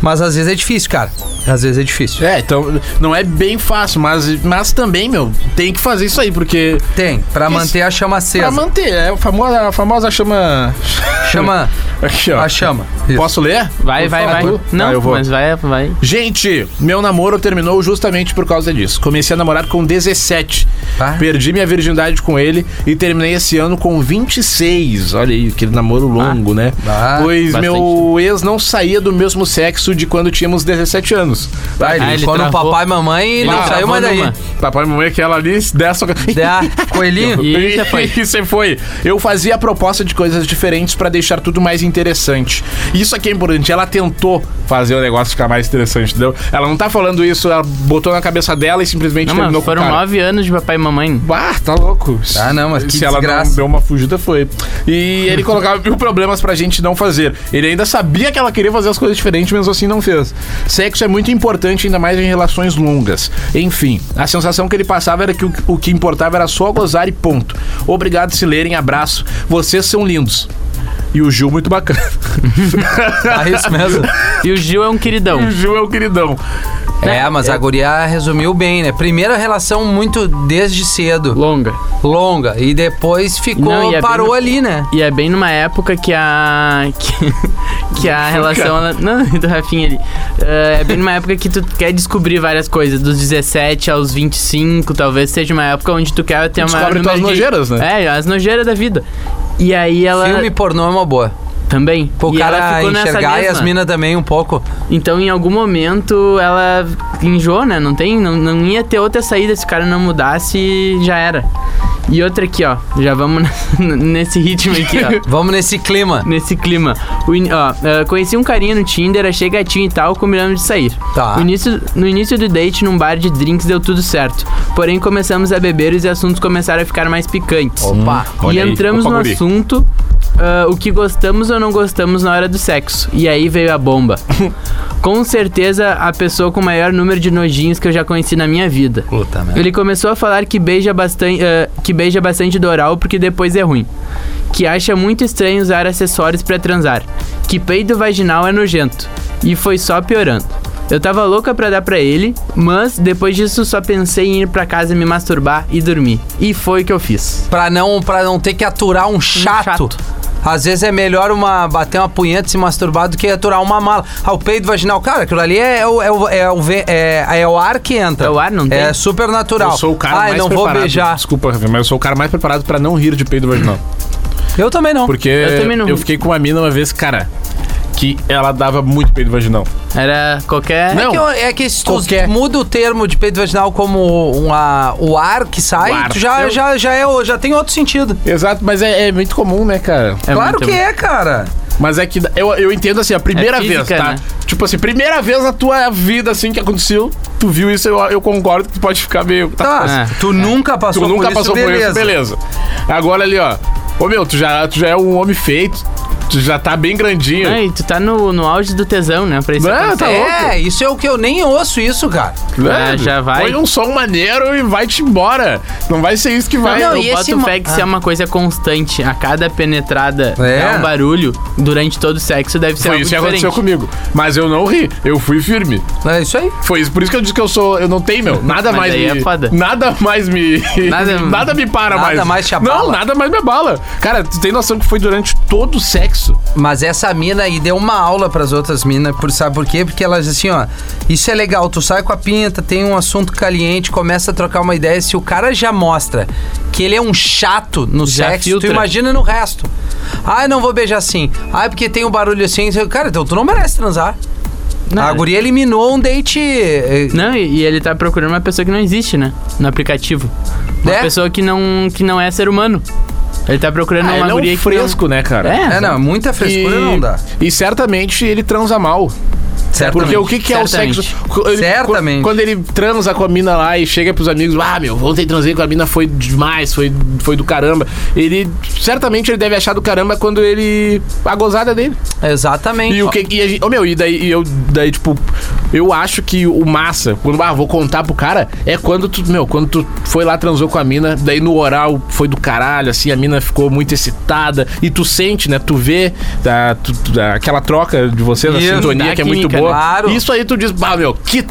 A: Mas às vezes é difícil, cara. Às vezes é difícil.
C: É, então não é bem fácil, mas, mas também, meu, tem que fazer isso aí, porque.
A: Tem, pra
C: Isso.
A: manter a chama acesa.
C: Pra manter, é a famosa, a famosa chama.
A: Chama
C: Aqui, ó.
A: A chama. Isso.
C: Posso ler?
D: Vai,
C: Por
D: vai, vai.
C: favor.
D: Não,
C: Tá, eu vou.
D: mas vai, vai.
C: Gente, meu namoro terminou justamente por causa disso. Comecei a namorar com 17.
A: Tá.
C: Perdi minha virgindade com ele e terminei esse ano com 26. Olha aí, aquele namoro longo, né?
A: Bah,
C: pois
D: bastante.
C: meu ex não saía do mesmo sexo de quando tínhamos 17 anos.
A: Ah,
C: Vai,
A: ele
D: Ah, ele
A: ficou no
D: travou.
A: papai e mamãe e
D: Ele
A: não
D: travou
A: saiu mais daí.
D: numa.
C: Papai e mamãe, aquela ali, dessa.
A: Dá, coelhinho?
D: E você foi.
C: E você foi. Eu fazia a proposta de coisas diferentes pra deixar tudo mais interessante. Isso aqui é importante. Ela tentou fazer o negócio ficar mais interessante, entendeu? Ela não tá falando isso, ela botou na cabeça dela e simplesmente
D: Não,
C: terminou
D: mano, foram
C: com o é cara.
D: nove anos de papai e mamãe.
C: Ah, tá louco.
A: Ah, não, mas que
C: Se ela
A: desgraça.
C: não deu uma fugida, foi. E ele colocava mil problemas pra gente não fazer. Ele ainda sabia que ela queria fazer as coisas diferentes, mas assim não fez. Sexo é muito importante, ainda mais em relações longas. Enfim, a sensação que ele passava era que o, o que importava era só gozar e ponto. Obrigado se lerem, abraço. Vocês são lindos. E o Gil, muito bacana.
A: Ah, isso mesmo.
D: E o Gil é um queridão.
C: o Gil é o queridão.
A: É, mas a guria resumiu bem, né? Primeira relação muito desde cedo,
D: Longa.
A: longa, e depois ficou,
D: Não, e é
A: parou
D: bem-
A: ali, né?
D: E é bem numa época que a. que, que a relação. ela- não, do Rafinha ali. Eh, é bem numa época que tu quer descobrir várias coisas. Dos 17 aos 25, talvez seja uma época onde tu quer ter uma.
C: descobre tuas nojeiras,
D: né? É, as nojeiras da vida. E aí ela.
A: Filme pornô é uma boa.
D: Também.
A: Pô, o
D: E ela
A: cara
D: ficou nessa
A: enxergar e as
D: mesma.
A: minas também um pouco.
D: Então, em algum momento, ela enjoou, né? Não, tem, não, não ia ter outra saída se o cara não mudasse, já era. E outra aqui, ó. Já vamos n- nesse ritmo aqui, ó.
A: Vamos nesse clima.
D: Nesse clima. O in- ó, ah, conheci um carinha no Tinder, achei gatinho e tal, combinamos de sair.
A: Tá.
D: No início, no início do date, num bar de drinks, deu tudo certo. Porém, começamos a beber e os assuntos começaram a ficar mais picantes.
A: Opa.
D: E
C: Olha aí,
D: entramos
C: opa,
D: no
C: guri.
D: assunto ah, o que gostamos ou não gostamos na hora do sexo. E aí veio a bomba. com certeza a pessoa com o maior número de nojinhos que eu já conheci na minha vida.
A: Puta merda.
D: Ele começou a falar que beija bastante, ah, que beija bastante do oral porque depois é ruim. Que acha muito estranho usar acessórios pra transar. Que peido vaginal é nojento. E foi só piorando. Eu tava louca pra dar pra ele, mas depois disso só pensei em ir pra casa me masturbar e dormir. E foi o que eu fiz.
A: Pra não, pra não ter que aturar um chato.
D: chato.
A: Às vezes é melhor uma bater uma punheta e se masturbar do que aturar uma mala. Ah, o peido vaginal, cara, aquilo ali é, o, é, o, é, o, ve- é, é o ar que entra.
D: É o ar, não tem?
A: É super natural.
C: Eu sou o cara
A: Ai,
C: mais
A: não
C: preparado.
A: vou beijar.
C: Desculpa, Rafa, mas eu sou o cara mais preparado pra não rir de peido vaginal.
A: Eu também não.
C: Porque
D: Eu também
C: eu,
D: não.
C: fiquei com uma mina uma vez, cara, que ela dava muito peido vaginal.
D: Era qualquer.
A: É
C: Não.
A: que, eu- é que se tu
C: Qualquer.
A: muda o termo de peito vaginal como uma, o ar que sai,
C: O ar.
A: tu já,
C: Eu-
A: já, já, é, o- já tem outro sentido.
C: Exato, mas é, é muito comum, né, cara?
D: É
A: claro
D: muito-
A: que é, cara.
C: Mas é que eu, eu entendo assim, a primeira
D: É física,
C: vez, tá?
D: né?
C: Tipo assim, primeira vez na tua vida, assim, que aconteceu, tu viu isso, eu, eu concordo que tu pode ficar meio.
A: Tá,
D: É.
A: tu nunca
C: tu
A: passou por
C: nunca
A: isso,
C: passou
A: beleza.
C: por isso, beleza. Agora ali, ó. Ô meu, tu já, tu já é um homem feito, tu já tá bem grandinho.
D: Não, e tu tá no, no auge do tesão, né? Pra isso
C: Não,
D: acontecer.
C: tá louco.
A: É, isso é o que eu nem ouço isso, cara.
C: né?
D: É, já vai.
C: Põe um som maneiro e vai-te embora. Não vai ser isso que vai.
A: não,
D: eu
A: e esse
D: boto
A: mo- Ah.
D: fé que se é uma coisa constante, a cada penetrada
A: É.
D: é, um barulho durante todo o sexo, deve ser
C: Foi
D: é algo
C: isso que
D: diferente.
C: aconteceu comigo. Mas eu não ri, eu fui firme.
A: É isso aí.
C: Foi isso, por isso que eu disse que eu sou. Eu não tenho, meu. Nada
D: Mas
C: mais
D: daí
C: me.
D: é foda.
C: Nada mais me.
D: Nada-
C: Nada, me para
A: Nada
C: mais.
A: mais te abala.
C: Não, nada mais me abala. Cara, tu tem noção que foi durante todo o sexo?
A: Mas essa mina aí deu uma aula pras outras minas, por, sabe por quê? Porque elas assim, ó, isso é legal, tu sai com a pinta, tem um assunto caliente, começa a trocar uma ideia, se o cara já mostra que ele é um chato no
D: Já
A: sexo,
D: filtra.
A: tu imagina no resto. Ai, não vou beijar assim. Ai, porque tem um barulho assim. Cara, então tu não merece transar.
D: Não,
A: a guria eliminou um date... eh,
D: Não, e, e ele tá procurando uma pessoa que não existe, né? No aplicativo. Uma
C: Né?
A: É?
D: pessoa que não, que não é ser humano. Ele tá procurando uma
C: ele é
D: guria
C: um
D: que não-
C: fresco, né, cara?
D: É,
A: É, não, muita frescura
C: e,
A: não dá.
C: e certamente ele transa mal.
A: Certamente.
C: Porque o que, que é o
D: Certamente.
C: sexo? Ele-
A: Certamente.
C: Quando ele transa com a mina lá e chega pros amigos, ah, meu, ontem transei com a mina, foi demais, foi, foi do caramba. Ele, certamente ele deve achar do caramba quando ele. a gozada dele.
A: Exatamente.
C: E o que que a gente- ô, meu, e daí e eu daí tipo, eu acho que o massa, quando ah, vou contar pro cara, é quando tu, meu, quando tu foi lá transou com a mina, daí no oral foi do caralho, assim, a mina ficou muito excitada e tu sente, né, tu vê tá, tu- tu- aquela troca de vocês, a
A: Isso,
C: sintonia
D: da
C: que é muito
D: química,
C: boa.
A: claro.
C: Isso aí tu diz, bah, meu, que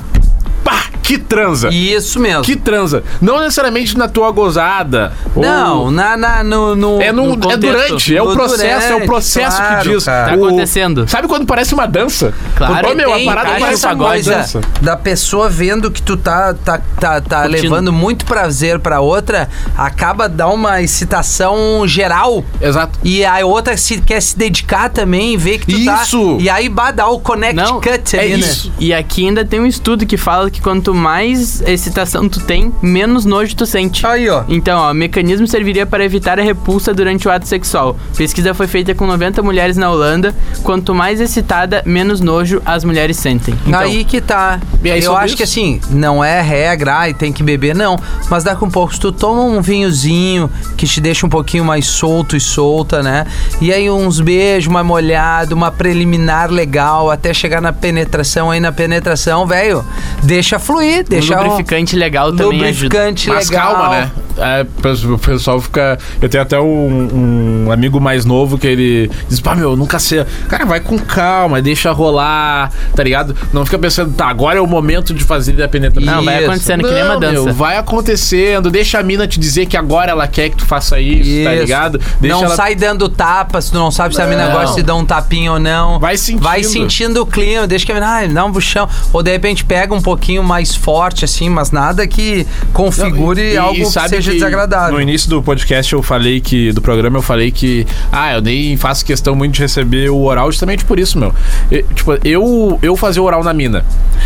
C: pá, que transa.
A: Isso mesmo.
C: Que transa. Não necessariamente na tua gozada. ou-
A: Não, na, na- no, no-
C: É, num-
A: no
C: é
A: contexto.
C: durante, é
A: No
C: o processo, é o
A: durante,
C: processo
A: claro,
C: que diz.
A: cara.
D: Tá
C: O-
D: acontecendo.
C: Sabe quando parece uma dança?
D: Claro,
C: Ô, meu,
D: tem,
C: a parada
D: encaixa
C: parece
D: no
C: uma
D: pagode.
C: coisa.
A: coisa da pessoa vendo que tu tá, tá, tá, tá
D: Curtindo.
A: levando muito prazer pra outra, acaba dar uma excitação geral.
C: Exato.
A: E a outra se, quer se dedicar também, ver que tu
C: Isso.
A: tá. E aí bah, dá o connect
D: Não,
A: cut
C: é
A: ali, né?
C: isso.
D: E aqui ainda tem um estudo que fala que quanto mais excitação tu tem, menos nojo tu sente.
A: Aí, ó.
D: Então, ó, o mecanismo serviria para evitar a repulsa durante o ato sexual. Pesquisa foi feita com 90 mulheres na Holanda. Quanto mais excitada, menos nojo as mulheres sentem. Então,
A: aí que tá.
C: E aí
A: Eu
C: sobre
A: acho
C: isso?
A: que assim, não é regra ai, tem que beber, não. Mas dá com pouco. Se tu toma um vinhozinho que te deixa um pouquinho mais solto e solta, né? E aí uns beijos, uma molhada, uma preliminar legal, até chegar na penetração. Aí na penetração, velho, deixa fluir,
D: um
A: deixa o
D: lubrificante legal também ajuda.
A: lubrificante
C: Mas
A: legal.
C: calma, né? É, pes- o pessoal fica. Eu tenho até um, um amigo mais novo que ele diz: pá, meu, nunca sei. Cara, vai com calma, deixa rolar, tá ligado? Não fica pensando, tá, agora é o momento de fazer a penetração.
D: Não, vai
A: Isso.
D: acontecendo que nem uma dança.
C: meu, vai acontecendo, deixa a mina te dizer que agora ela quer que tu faça isso, tá
A: Isso.
C: ligado? Deixa
A: não
C: ela
A: sai dando tapa, se tu não sabe se a mina
C: Não.
A: gosta de dar um tapinha ou não.
C: Vai sentindo.
A: Vai sentindo o clima, deixa que a mina ah, dá um buchão. Ou de repente pega um pouquinho mais forte, assim, mas nada que configure
C: E- e
A: algo que
C: sabe
A: seja
C: que
A: desagradável.
C: No início do podcast eu falei que. Do programa eu falei que. Ah, eu nem faço questão muito de receber o oral justamente por isso, meu. E, tipo, eu, eu fazer o oral na mina.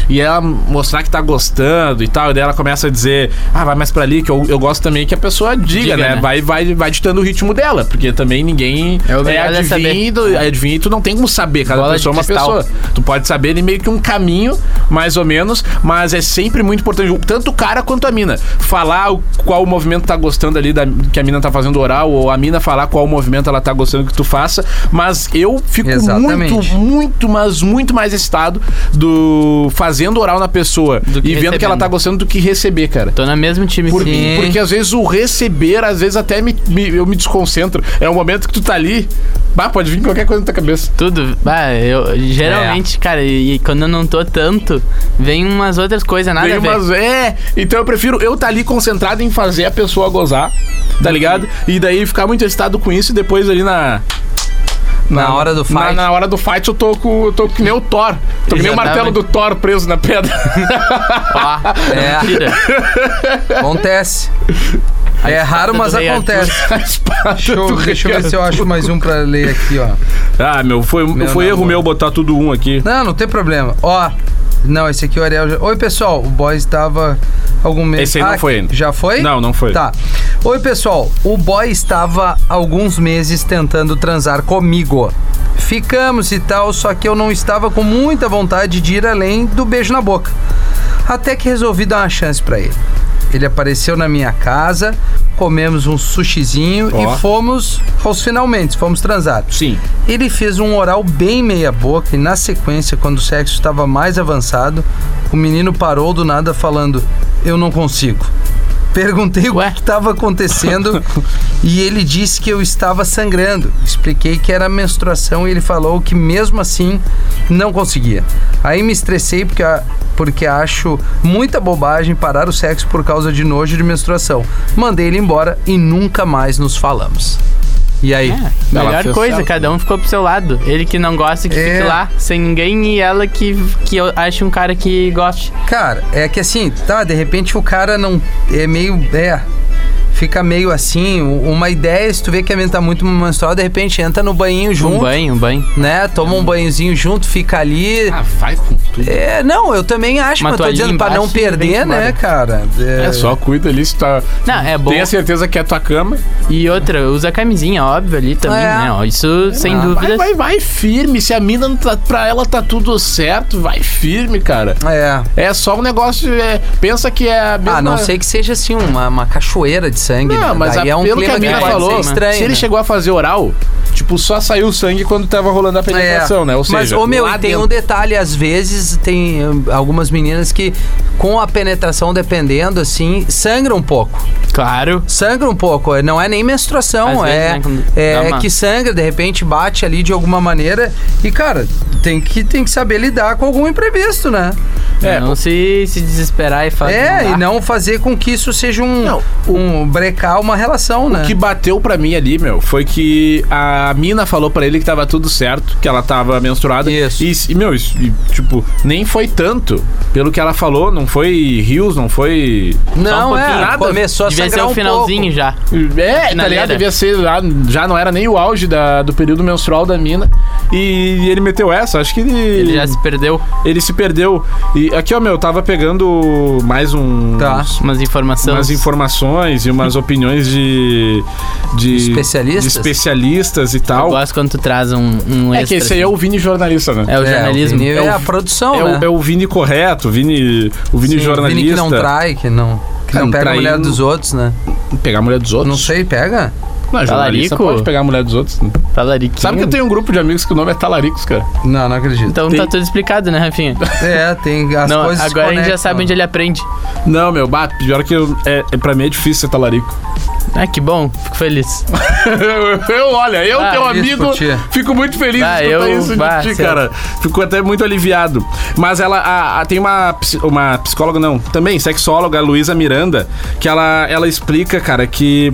C: E ela mostrar que tá gostando e tal. E daí ela começa a dizer, ah, vai mais pra ali, que eu, eu gosto também que a pessoa diga,
D: Diga,
C: né?
D: né?
C: Vai, vai, vai ditando o ritmo dela. Porque também ninguém
D: É, o
C: é,
D: legal é
C: adivinha,
D: saber.
C: e do- é adivinha e tu não tem como saber. Cada
D: Bola de
C: pessoa é uma
D: cristal.
C: pessoa. Tu pode saber ele meio que um caminho, mais ou menos, mas é sempre muito importante, tanto o cara quanto a mina, falar o- qual o movimento tá gostando ali da, que a mina tá fazendo oral, ou a mina falar qual o movimento ela tá gostando que tu faça. Mas eu fico
A: Exatamente.
C: muito, muito, mas muito mais excitado do fazendo oral na pessoa e vendo
D: que
C: que ela
D: recebendo.
C: tá gostando do que receber, cara.
D: Tô no mesmo time
C: Por-
D: que-
A: Sim.
C: porque às vezes o receber, às vezes até me- me- eu me desconcentro. É o momento que tu tá ali. Bah, pode vir qualquer coisa na tua cabeça.
D: Tudo. Ah, eu geralmente, cara, e, e quando eu não tô tanto, vem umas outras coisas, nada
C: Tem
D: a ver.
C: umas- é, então eu prefiro eu estar tá ali concentrado em fazer a pessoa gozar, tá ligado? E daí ficar muito excitado com isso e depois ali na.
A: Na hora do
C: Na,
A: fight.
C: na hora do fight eu tô, com, eu tô que nem o Thor. Tô que nem o
D: Exatamente.
C: martelo do Thor preso na pedra.
D: Ó,
A: É.
D: mentira.
A: Acontece. É raro,
D: do
A: mas
D: rei
A: acontece.
C: A espada
A: Show,
C: do
A: deixa eu ver
C: rei.
A: se eu acho mais um pra ler aqui, ó.
C: Ah, meu, foi, foi erro
A: namoro.
C: meu botar tudo um aqui.
A: Não, não tem problema. Ó. Não, esse aqui é o Ariel. já- Oi, pessoal. O Boys tava algum mês. Ah,
C: Esse aí não foi ainda.
A: Já foi?
C: Não, não foi.
A: Tá. Oi, pessoal. O boy estava alguns meses tentando transar comigo. Ficamos e tal, só que eu não estava com muita vontade de ir além do beijo na boca. Até que resolvi dar uma chance pra ele. Ele apareceu na minha casa, comemos um sushizinho
C: Ó.
A: e fomos aos finalmente, fomos transar.
C: Sim.
A: Ele fez um oral bem meia boca e na sequência, quando o sexo estava mais avançado, o menino parou do nada falando: "Eu não consigo". Perguntei
D: Ué?
A: o que estava acontecendo e ele disse que eu estava sangrando. Expliquei que era menstruação e ele falou que mesmo assim não conseguia. Aí me estressei porque, a- porque acho muita bobagem parar o sexo por causa de nojo de menstruação. Mandei ele embora e nunca mais nos falamos. E aí?
D: É,
C: Ela
D: melhor
C: fez
D: coisa,
C: certo.
D: cada um ficou pro seu lado. Ele que não gosta que
A: É.
D: fique lá sem ninguém e ela que, que eu acho um cara que goste.
A: Cara, é que assim, tá, de repente o cara não. É meio. É. Fica meio assim. u- Uma ideia, se tu vê que a mina tá muito menstrual, de repente entra no banho junto.
D: Um banho, um banho.
A: Né? Toma um banhozinho junto, fica ali.
C: Ah, vai com tudo.
A: É, não, eu também acho, mas
D: Uma
A: eu tô
D: toalhinha
A: dizendo pra não
D: embaixo e
A: perder,
D: vem
A: né,
D: embora.
A: cara?
C: É, só cuida ali se tá.
D: Não, é bom.
C: Tenha certeza que é a tua cama.
D: E outra, usa camisinha, óbvio, ali também,
A: É.
D: né? Ó, Isso, sem
A: Ah,
D: dúvida.
C: Vai, vai, vai firme. Se a mina não tá, pra ela tá tudo certo, vai firme, cara.
A: É.
C: É só um negócio. é, pensa que é a mesma.
A: Ah, não sei que seja assim, uma, uma cachoeira de sangue.
C: Não,
A: né?
C: mas
A: Daí
C: a-
A: é um
C: pelo
A: clima
C: que a mina
A: pode ser
C: falou,
A: estranho,
C: se ele
A: né?
C: chegou a fazer oral, tipo, só saiu sangue quando tava rolando a penetração, né? Ou seja,
A: É. mas, ô meu,
C: lá
A: tem
C: dentro-
A: um detalhe, às vezes tem hum, algumas meninas que, com a penetração dependendo, assim, sangra um pouco.
D: Claro.
A: Sangra um pouco, é, não é nem menstruação,
D: Às
A: é,
D: vezes, né, quando
A: é
D: dá uma-
A: que sangra, de repente bate ali de alguma maneira. E, cara, tem que, tem que saber lidar com algum imprevisto, né?
D: É, não se, se desesperar e fazer.
A: é, e não fazer com que isso seja um,
C: Não,
A: um brecar uma relação, né?
C: O que bateu pra mim ali, meu, foi que a mina falou pra ele que tava tudo certo, que ela tava menstruada.
A: Isso.
C: E, e, meu, isso, e, tipo, nem foi tanto. Pelo que ela falou, não foi rios, não foi.
A: Não,
C: só um
A: é,
C: pouquinho, nada.
A: começou a
D: Devia ser
A: sangrar
D: o
A: um
D: finalzinho
A: pouco.
D: já.
C: É, tá
A: né?
D: Finaleira.
C: ligado? Devia ser. lá- Já não era nem o auge da- do período menstrual da mina. E, ele meteu essa, acho que ele.
D: Ele já se perdeu
C: ele se perdeu. E aqui, ó, meu, eu tava pegando mais um.
A: Tá.
D: umas informações.
C: umas informações e umas opiniões de, de
A: Especialistas?
C: de especialistas e
D: Eu
C: tal.
D: gosto quando tu traz um, um
C: É que
D: extra,
C: esse aí é o Vini jornalista, né?
D: assim. É o
A: É,
D: jornalismo.
A: o Vini é,
C: É o-
A: a produção,
C: É
A: né?
C: o, é o Vini correto, o Vini, o Vini
A: Sim,
C: jornalista.
A: Vini que não trai, que não, que
C: Cara,
A: não pega a mulher
C: traindo-
A: dos outros, né?
C: Pegar a mulher dos outros.
A: Não sei, pega?
C: Não, jornalista
D: Talarico?
C: pode pegar a mulher dos outros. né?
D: Talariquinho.
C: Sabe que eu tenho um grupo de amigos que o nome é Talaricos, cara.
A: Não, não acredito.
D: Então tá tudo explicado, né, Rafinha?
A: É, tem as
D: não,
A: coisas
D: agora a gente já
A: conectam.
D: sabe onde ele aprende.
C: Não, meu, bah, pior que eu, é, é- pra mim é difícil ser talarico.
D: Ah, que bom. Fico feliz.
C: eu, eu, olha, eu,
D: Ah,
C: teu
A: isso,
C: amigo,
A: tia.
C: fico muito feliz
D: Ah,
C: de escutar
D: eu-
C: isso
D: bah, é
C: de ti,
D: sei lá.
C: cara. Fico até muito aliviado. Mas ela a- a- tem uma, ps- uma psicóloga, não, também, sexóloga, Luísa Miranda, que ela, ela explica, cara, que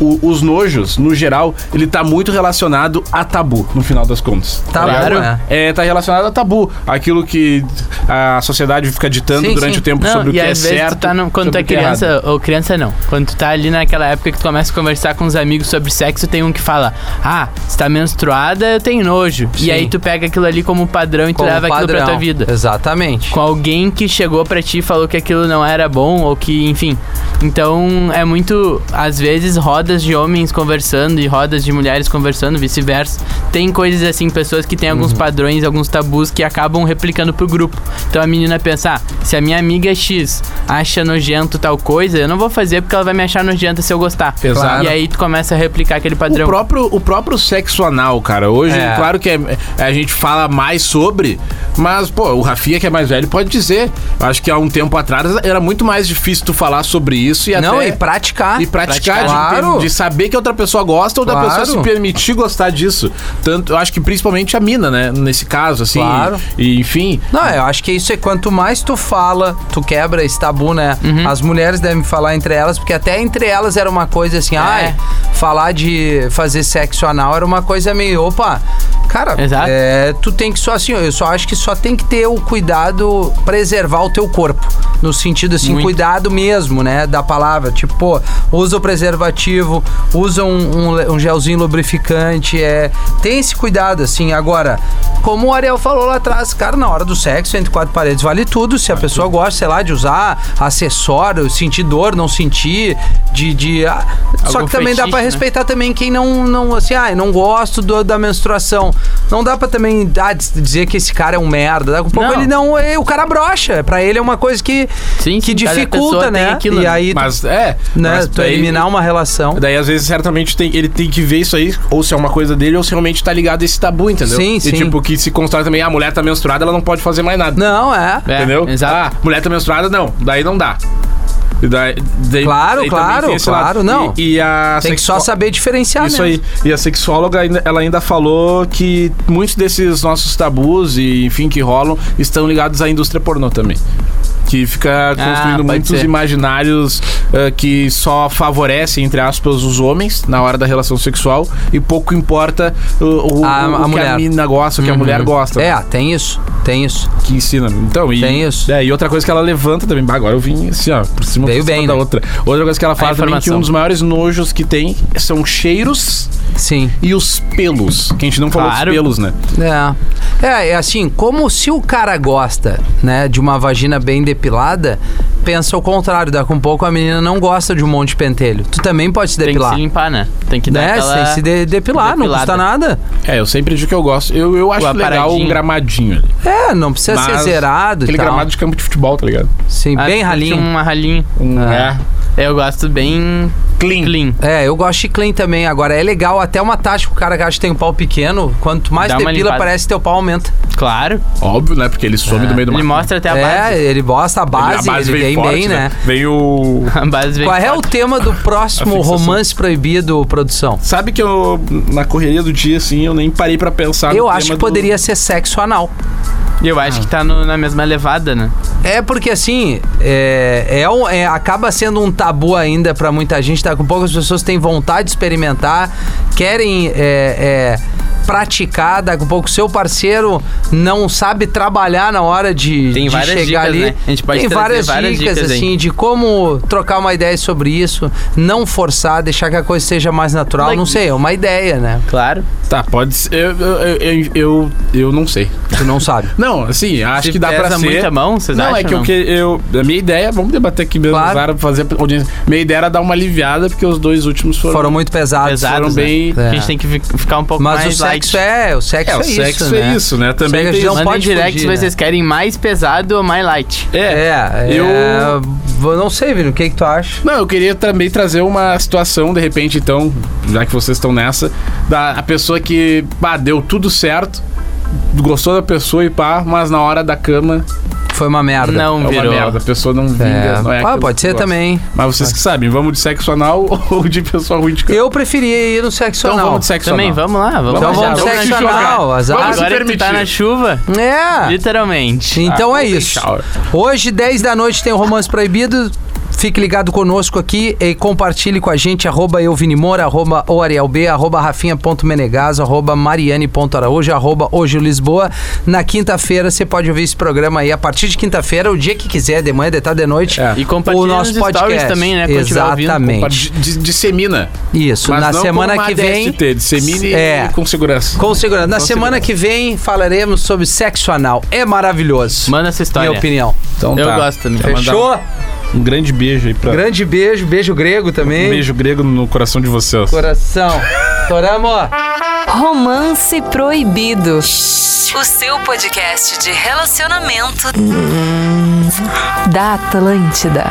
C: o- os nojos, no geral, ele tá muito relacionado a tabu, no final das contas.
A: Tá
D: Claro.
A: bom, né?
C: É, tá relacionado a tabu. Aquilo que a sociedade fica ditando
A: Sim,
C: durante
A: sim.
C: o tempo
D: Não,
C: sobre o
D: e
C: que é
D: às vezes
C: certo.
D: tu tá no, quando tu
C: sobre
D: é
C: o que errado.
D: criança, ou criança não, quando tu tá ali naquela época que tu começa a conversar com os amigos sobre sexo, tem um que fala, ah, se tá menstruada, eu tenho nojo.
A: Sim.
D: E aí tu pega aquilo ali como padrão e tu
A: Como
D: leva aquilo pra
A: padrão.
D: tua vida.
A: Exatamente.
D: Com alguém que chegou pra ti e falou que aquilo não era bom, ou que, enfim. Então é muito. Às vezes, rodas de homens conversando e rodas de mulheres conversando, vice-versa. Tem coisas assim, pessoas que têm
C: Uhum.
D: alguns padrões, alguns tabus que acabam replicando pro grupo. Então a menina pensa, ah, se a minha amiga X acha nojento tal coisa, eu não vou fazer porque ela vai me achar nojenta se eu gostar.
C: Exato.
D: E aí tu começa a replicar aquele
C: O
D: padrão.
C: próprio, o próprio sexo anal, cara. Hoje,
A: É.
C: claro que é- a gente fala mais sobre, mas, pô, o Rafinha, que é mais velho, pode dizer. Acho que há um tempo atrás era muito mais difícil tu falar sobre isso e
A: Não,
C: até...
A: e praticar.
C: E praticar, de-
A: Claro.
C: de, saber que outra pessoa gosta ou
A: Claro.
C: da pessoa se permitir gostar disso. Tanto, eu acho que principalmente a mina, né? Nesse caso, assim.
A: Claro.
C: E, enfim.
A: Não, eu acho que isso é quanto mais tu fala, tu quebra esse tabu, né? As mulheres devem falar entre elas, porque até entre elas era uma coisa assim, ai, falar de fazer sexo anal era uma coisa meio, opa, cara,
D: Exato.
A: é, tu tem que só assim, eu só acho que só tem que ter o cuidado, preservar o teu corpo. No sentido assim,
D: Muito.
A: cuidado mesmo, né? Da palavra. Tipo, pô, usa o preservativo, usa um, um le- um gelzinho lubrificante. É, tem esse cuidado, assim. Agora, como o Ariel falou lá atrás, cara, na hora do sexo, entre quatro paredes, vale tudo. Se a pessoa gosta, sei lá, de usar acessório, sentir dor, não sentir, de. de ah, só
D: Algum
A: que também dá
D: fetiche,
A: pra
D: né?
A: respeitar também quem não, não assim, ah, eu não gosto do- da menstruação. Não dá pra também ah, diz- dizer que esse cara é um merda. Daqui a pouco
D: Não.
A: ele não. é- O cara broxa. Pra ele é uma coisa que,
D: Sim,
A: que
D: sim, cada pessoa
A: dificulta,
D: tem
A: né?
D: aquilo,
A: e
D: né?
A: aí, tu,
C: Mas, é.
A: né,
C: mas
A: tu
C: daí-
A: eliminar uma relação.
C: Daí, às vezes, certamente tem- ele tem que ver isso aí, ou se é uma coisa dele, ou se realmente tá ligado a esse tabu, entendeu?
A: Sim,
C: e,
A: sim.
C: tipo, que se constrói também, ah, a mulher tá menstruada, ela não pode fazer mais nada.
A: Não, é.
D: É,
C: entendeu?
D: exato.
C: Ah, mulher tá menstruada, não. Daí não dá. E daí- daí-
A: Claro,
C: daí também
A: claro,
C: tem esse
A: claro,
C: lado.
A: não.
C: E, e a
A: Tem que só
C: sexo-
A: saber diferenciar,
C: Isso
A: né?
C: aí. E a sexóloga, ainda- ela ainda falou que muitos desses nossos tabus e, enfim, que rolam, estão ligados à indústria pornô também. Que
A: Ah,
C: fica construindo
D: pode
C: muitos
D: ser.
C: imaginários ah, que só favorecem, entre aspas, os homens na hora da relação sexual e pouco importa o, o-
A: A-
C: o
A: a
C: que
A: mulher.
C: a mina gosta, o que a
D: Uhum.
C: mulher gosta.
A: É, tem isso. Tem isso.
C: Que ensina. Então, e,
A: Tem isso.
C: É, e outra coisa que ela levanta também. Bah, agora eu vim assim, ó, por cima,
A: Veio
C: por cima
A: bem,
C: da
A: né?
C: outra. Outra coisa que ela fala também é que
D: informação.
C: um dos maiores nojos que tem são cheiros
A: Sim.
C: e os pelos. Que a gente não falou
D: Claro.
C: dos pelos, né?
A: É. é, é assim, como se o cara gosta, né, de uma vagina bem depilada, pensa o contrário, daqui a um pouco a menina não gosta de um monte de pentelho. Tu também pode se
D: Tem que
A: depilar.
D: se limpar, né? Tem que dar
A: né?
D: aquela...
A: Sem se de- depilar, não
D: depilada.
A: custa nada.
C: É, eu sempre digo que eu gosto. Eu, eu acho
D: Uma
C: legal
D: paradinha.
C: um gramadinho ali.
A: É, não precisa ser
C: Mas
A: zerado e
C: Aquele
A: tal.
C: gramado de campo de futebol, tá ligado?
A: Sim,
D: Ah,
A: bem
D: tem
A: ralinho.
D: Uma ralinha.
C: Um,
A: Ah.
C: é.
D: Eu gosto bem
C: Clean.
D: clean.
A: É, eu gosto de clean também. Agora, é legal até uma tática, o cara que acha que tem um pau pequeno, quanto mais
D: Dá uma
A: depila,
D: limpada.
A: parece que teu pau aumenta.
D: Claro.
C: Óbvio, né? Porque ele some do meio do
D: É. Ele mostra até a base.
A: É, ele mostra a
C: A
A: base,
C: base
A: ele
C: vem
A: vem
C: forte,
A: bem, né?
C: Vem o...
D: A base vem
A: Qual é o
D: forte.
A: tema do próximo
C: fixação.
A: romance proibido, produção?
C: Sabe que eu, na correria do dia, assim, eu nem parei pra pensar no
A: Eu acho
C: tema
A: que
C: do-
A: poderia ser sexo anal.
D: Eu acho que tá no- na mesma levada, né?
A: É porque assim, é, é, um- é- acaba sendo um tabu ainda pra muita gente, tá? Com poucas pessoas têm vontade de experimentar, querem é, é, praticar, daqui a pouco seu parceiro não sabe trabalhar na hora de,
D: Tem
A: de
D: várias
A: chegar
D: dicas,
A: ali.
D: né? A gente pode
A: Tem
D: trazer
A: várias,
D: várias
A: dicas,
D: dicas, hein?
A: assim, de como trocar uma ideia sobre isso, não forçar, deixar que a coisa seja mais natural, não sei, é uma ideia, né?
D: Claro.
C: Tá, pode ser. Eu, eu, eu, eu, eu não sei.
A: Tu não sabe.
C: Não, assim, acho
D: Se
C: que dá pra
D: pesa
C: ser.
D: muito a mão, vocês
C: não,
D: acham,
C: é que
D: não?
C: o que eu. A minha ideia, vamos debater aqui mesmo,
A: Claro.
C: claro. fazer audiência. Minha ideia era dar uma aliviada, porque os dois últimos foram.
A: Foram muito pesados.
D: Pesados,
C: foram
D: né?
C: bem-
D: Que A gente tem que fi- ficar um pouco
A: É. Mas
D: mais
A: o sexo
D: light.
A: é, o sexo
C: É,
A: é,
C: o sexo
A: isso,
C: é
A: né?
C: isso, né? Também
A: Sexo
C: tem.
A: não
D: Mandem
A: pode
D: direct se
A: fugir, né?
D: vocês querem mais pesado ou mais light.
C: É.
A: É, eu
C: Eu-
A: não sei, Vini, o que que tu acha?
C: Não, eu queria também trazer uma situação, de repente, então, já que vocês estão nessa, da a pessoa que, pá, deu tudo certo, gostou da pessoa e pá, mas na hora da cama
A: Foi uma merda.
D: Não
C: é uma
D: virou.
C: merda, a pessoa não vinga,
A: É.
C: não é
A: ah,
C: aquilo
A: pode
C: que
A: ser
C: gosta.
A: também.
C: Mas vocês que sabem, vamos de sexo anal ou de pessoa ruim de cama?
A: Eu preferia ir no sexo
C: Então
A: anal.
C: vamos de sexo
D: Também,
C: anal.
D: vamos lá, vamos
A: Então
D: lá.
A: vamos
D: Já
A: de
D: vamos
A: sexo
D: na chuva.
A: anal, azar.
C: Vamos se
D: Agora que tu tá
C: permitir.
D: na chuva,
A: É.
D: literalmente.
A: Então
C: Ah,
A: é
C: golden
A: isso.
C: shower.
A: Hoje, 10 da noite, tem o Romance Proibido. Fique ligado conosco aqui e compartilhe com a gente, arroba eu, Vini Moura, arroba o Ariel B, arroba rafinha.menegaso, arroba mariane.araújo, arroba hoje o Lisboa. Na quinta-feira, você pode ouvir esse programa aí, a partir de quinta-feira, o dia que quiser, de manhã, de tarde, de noite.
C: É.
D: E compartilha
A: o nosso
D: nos stories
A: podcast.
D: também, né, quando tiver ouvindo,
C: Pá,
A: Exatamente.
C: de- de- Dissemina.
A: Isso,
C: Mas
A: na
C: não
A: semana
C: com
A: que vem...
C: ADST, dissemine
A: É.
C: com segurança.
A: Com segurança. Na semana que vem falaremos sobre sexo anal. É maravilhoso.
D: Manda essa história.
A: minha opinião.
C: Então
D: Eu gosto né? também.
C: Quer mandar
A: tá. Fechou?
C: Um grande beijo aí pra.
A: Grande beijo, beijo grego também.
C: Um beijo grego no coração de vocês.
A: Coração. Toramos.
E: Romance Proibido. O seu podcast de relacionamento da Atlântida.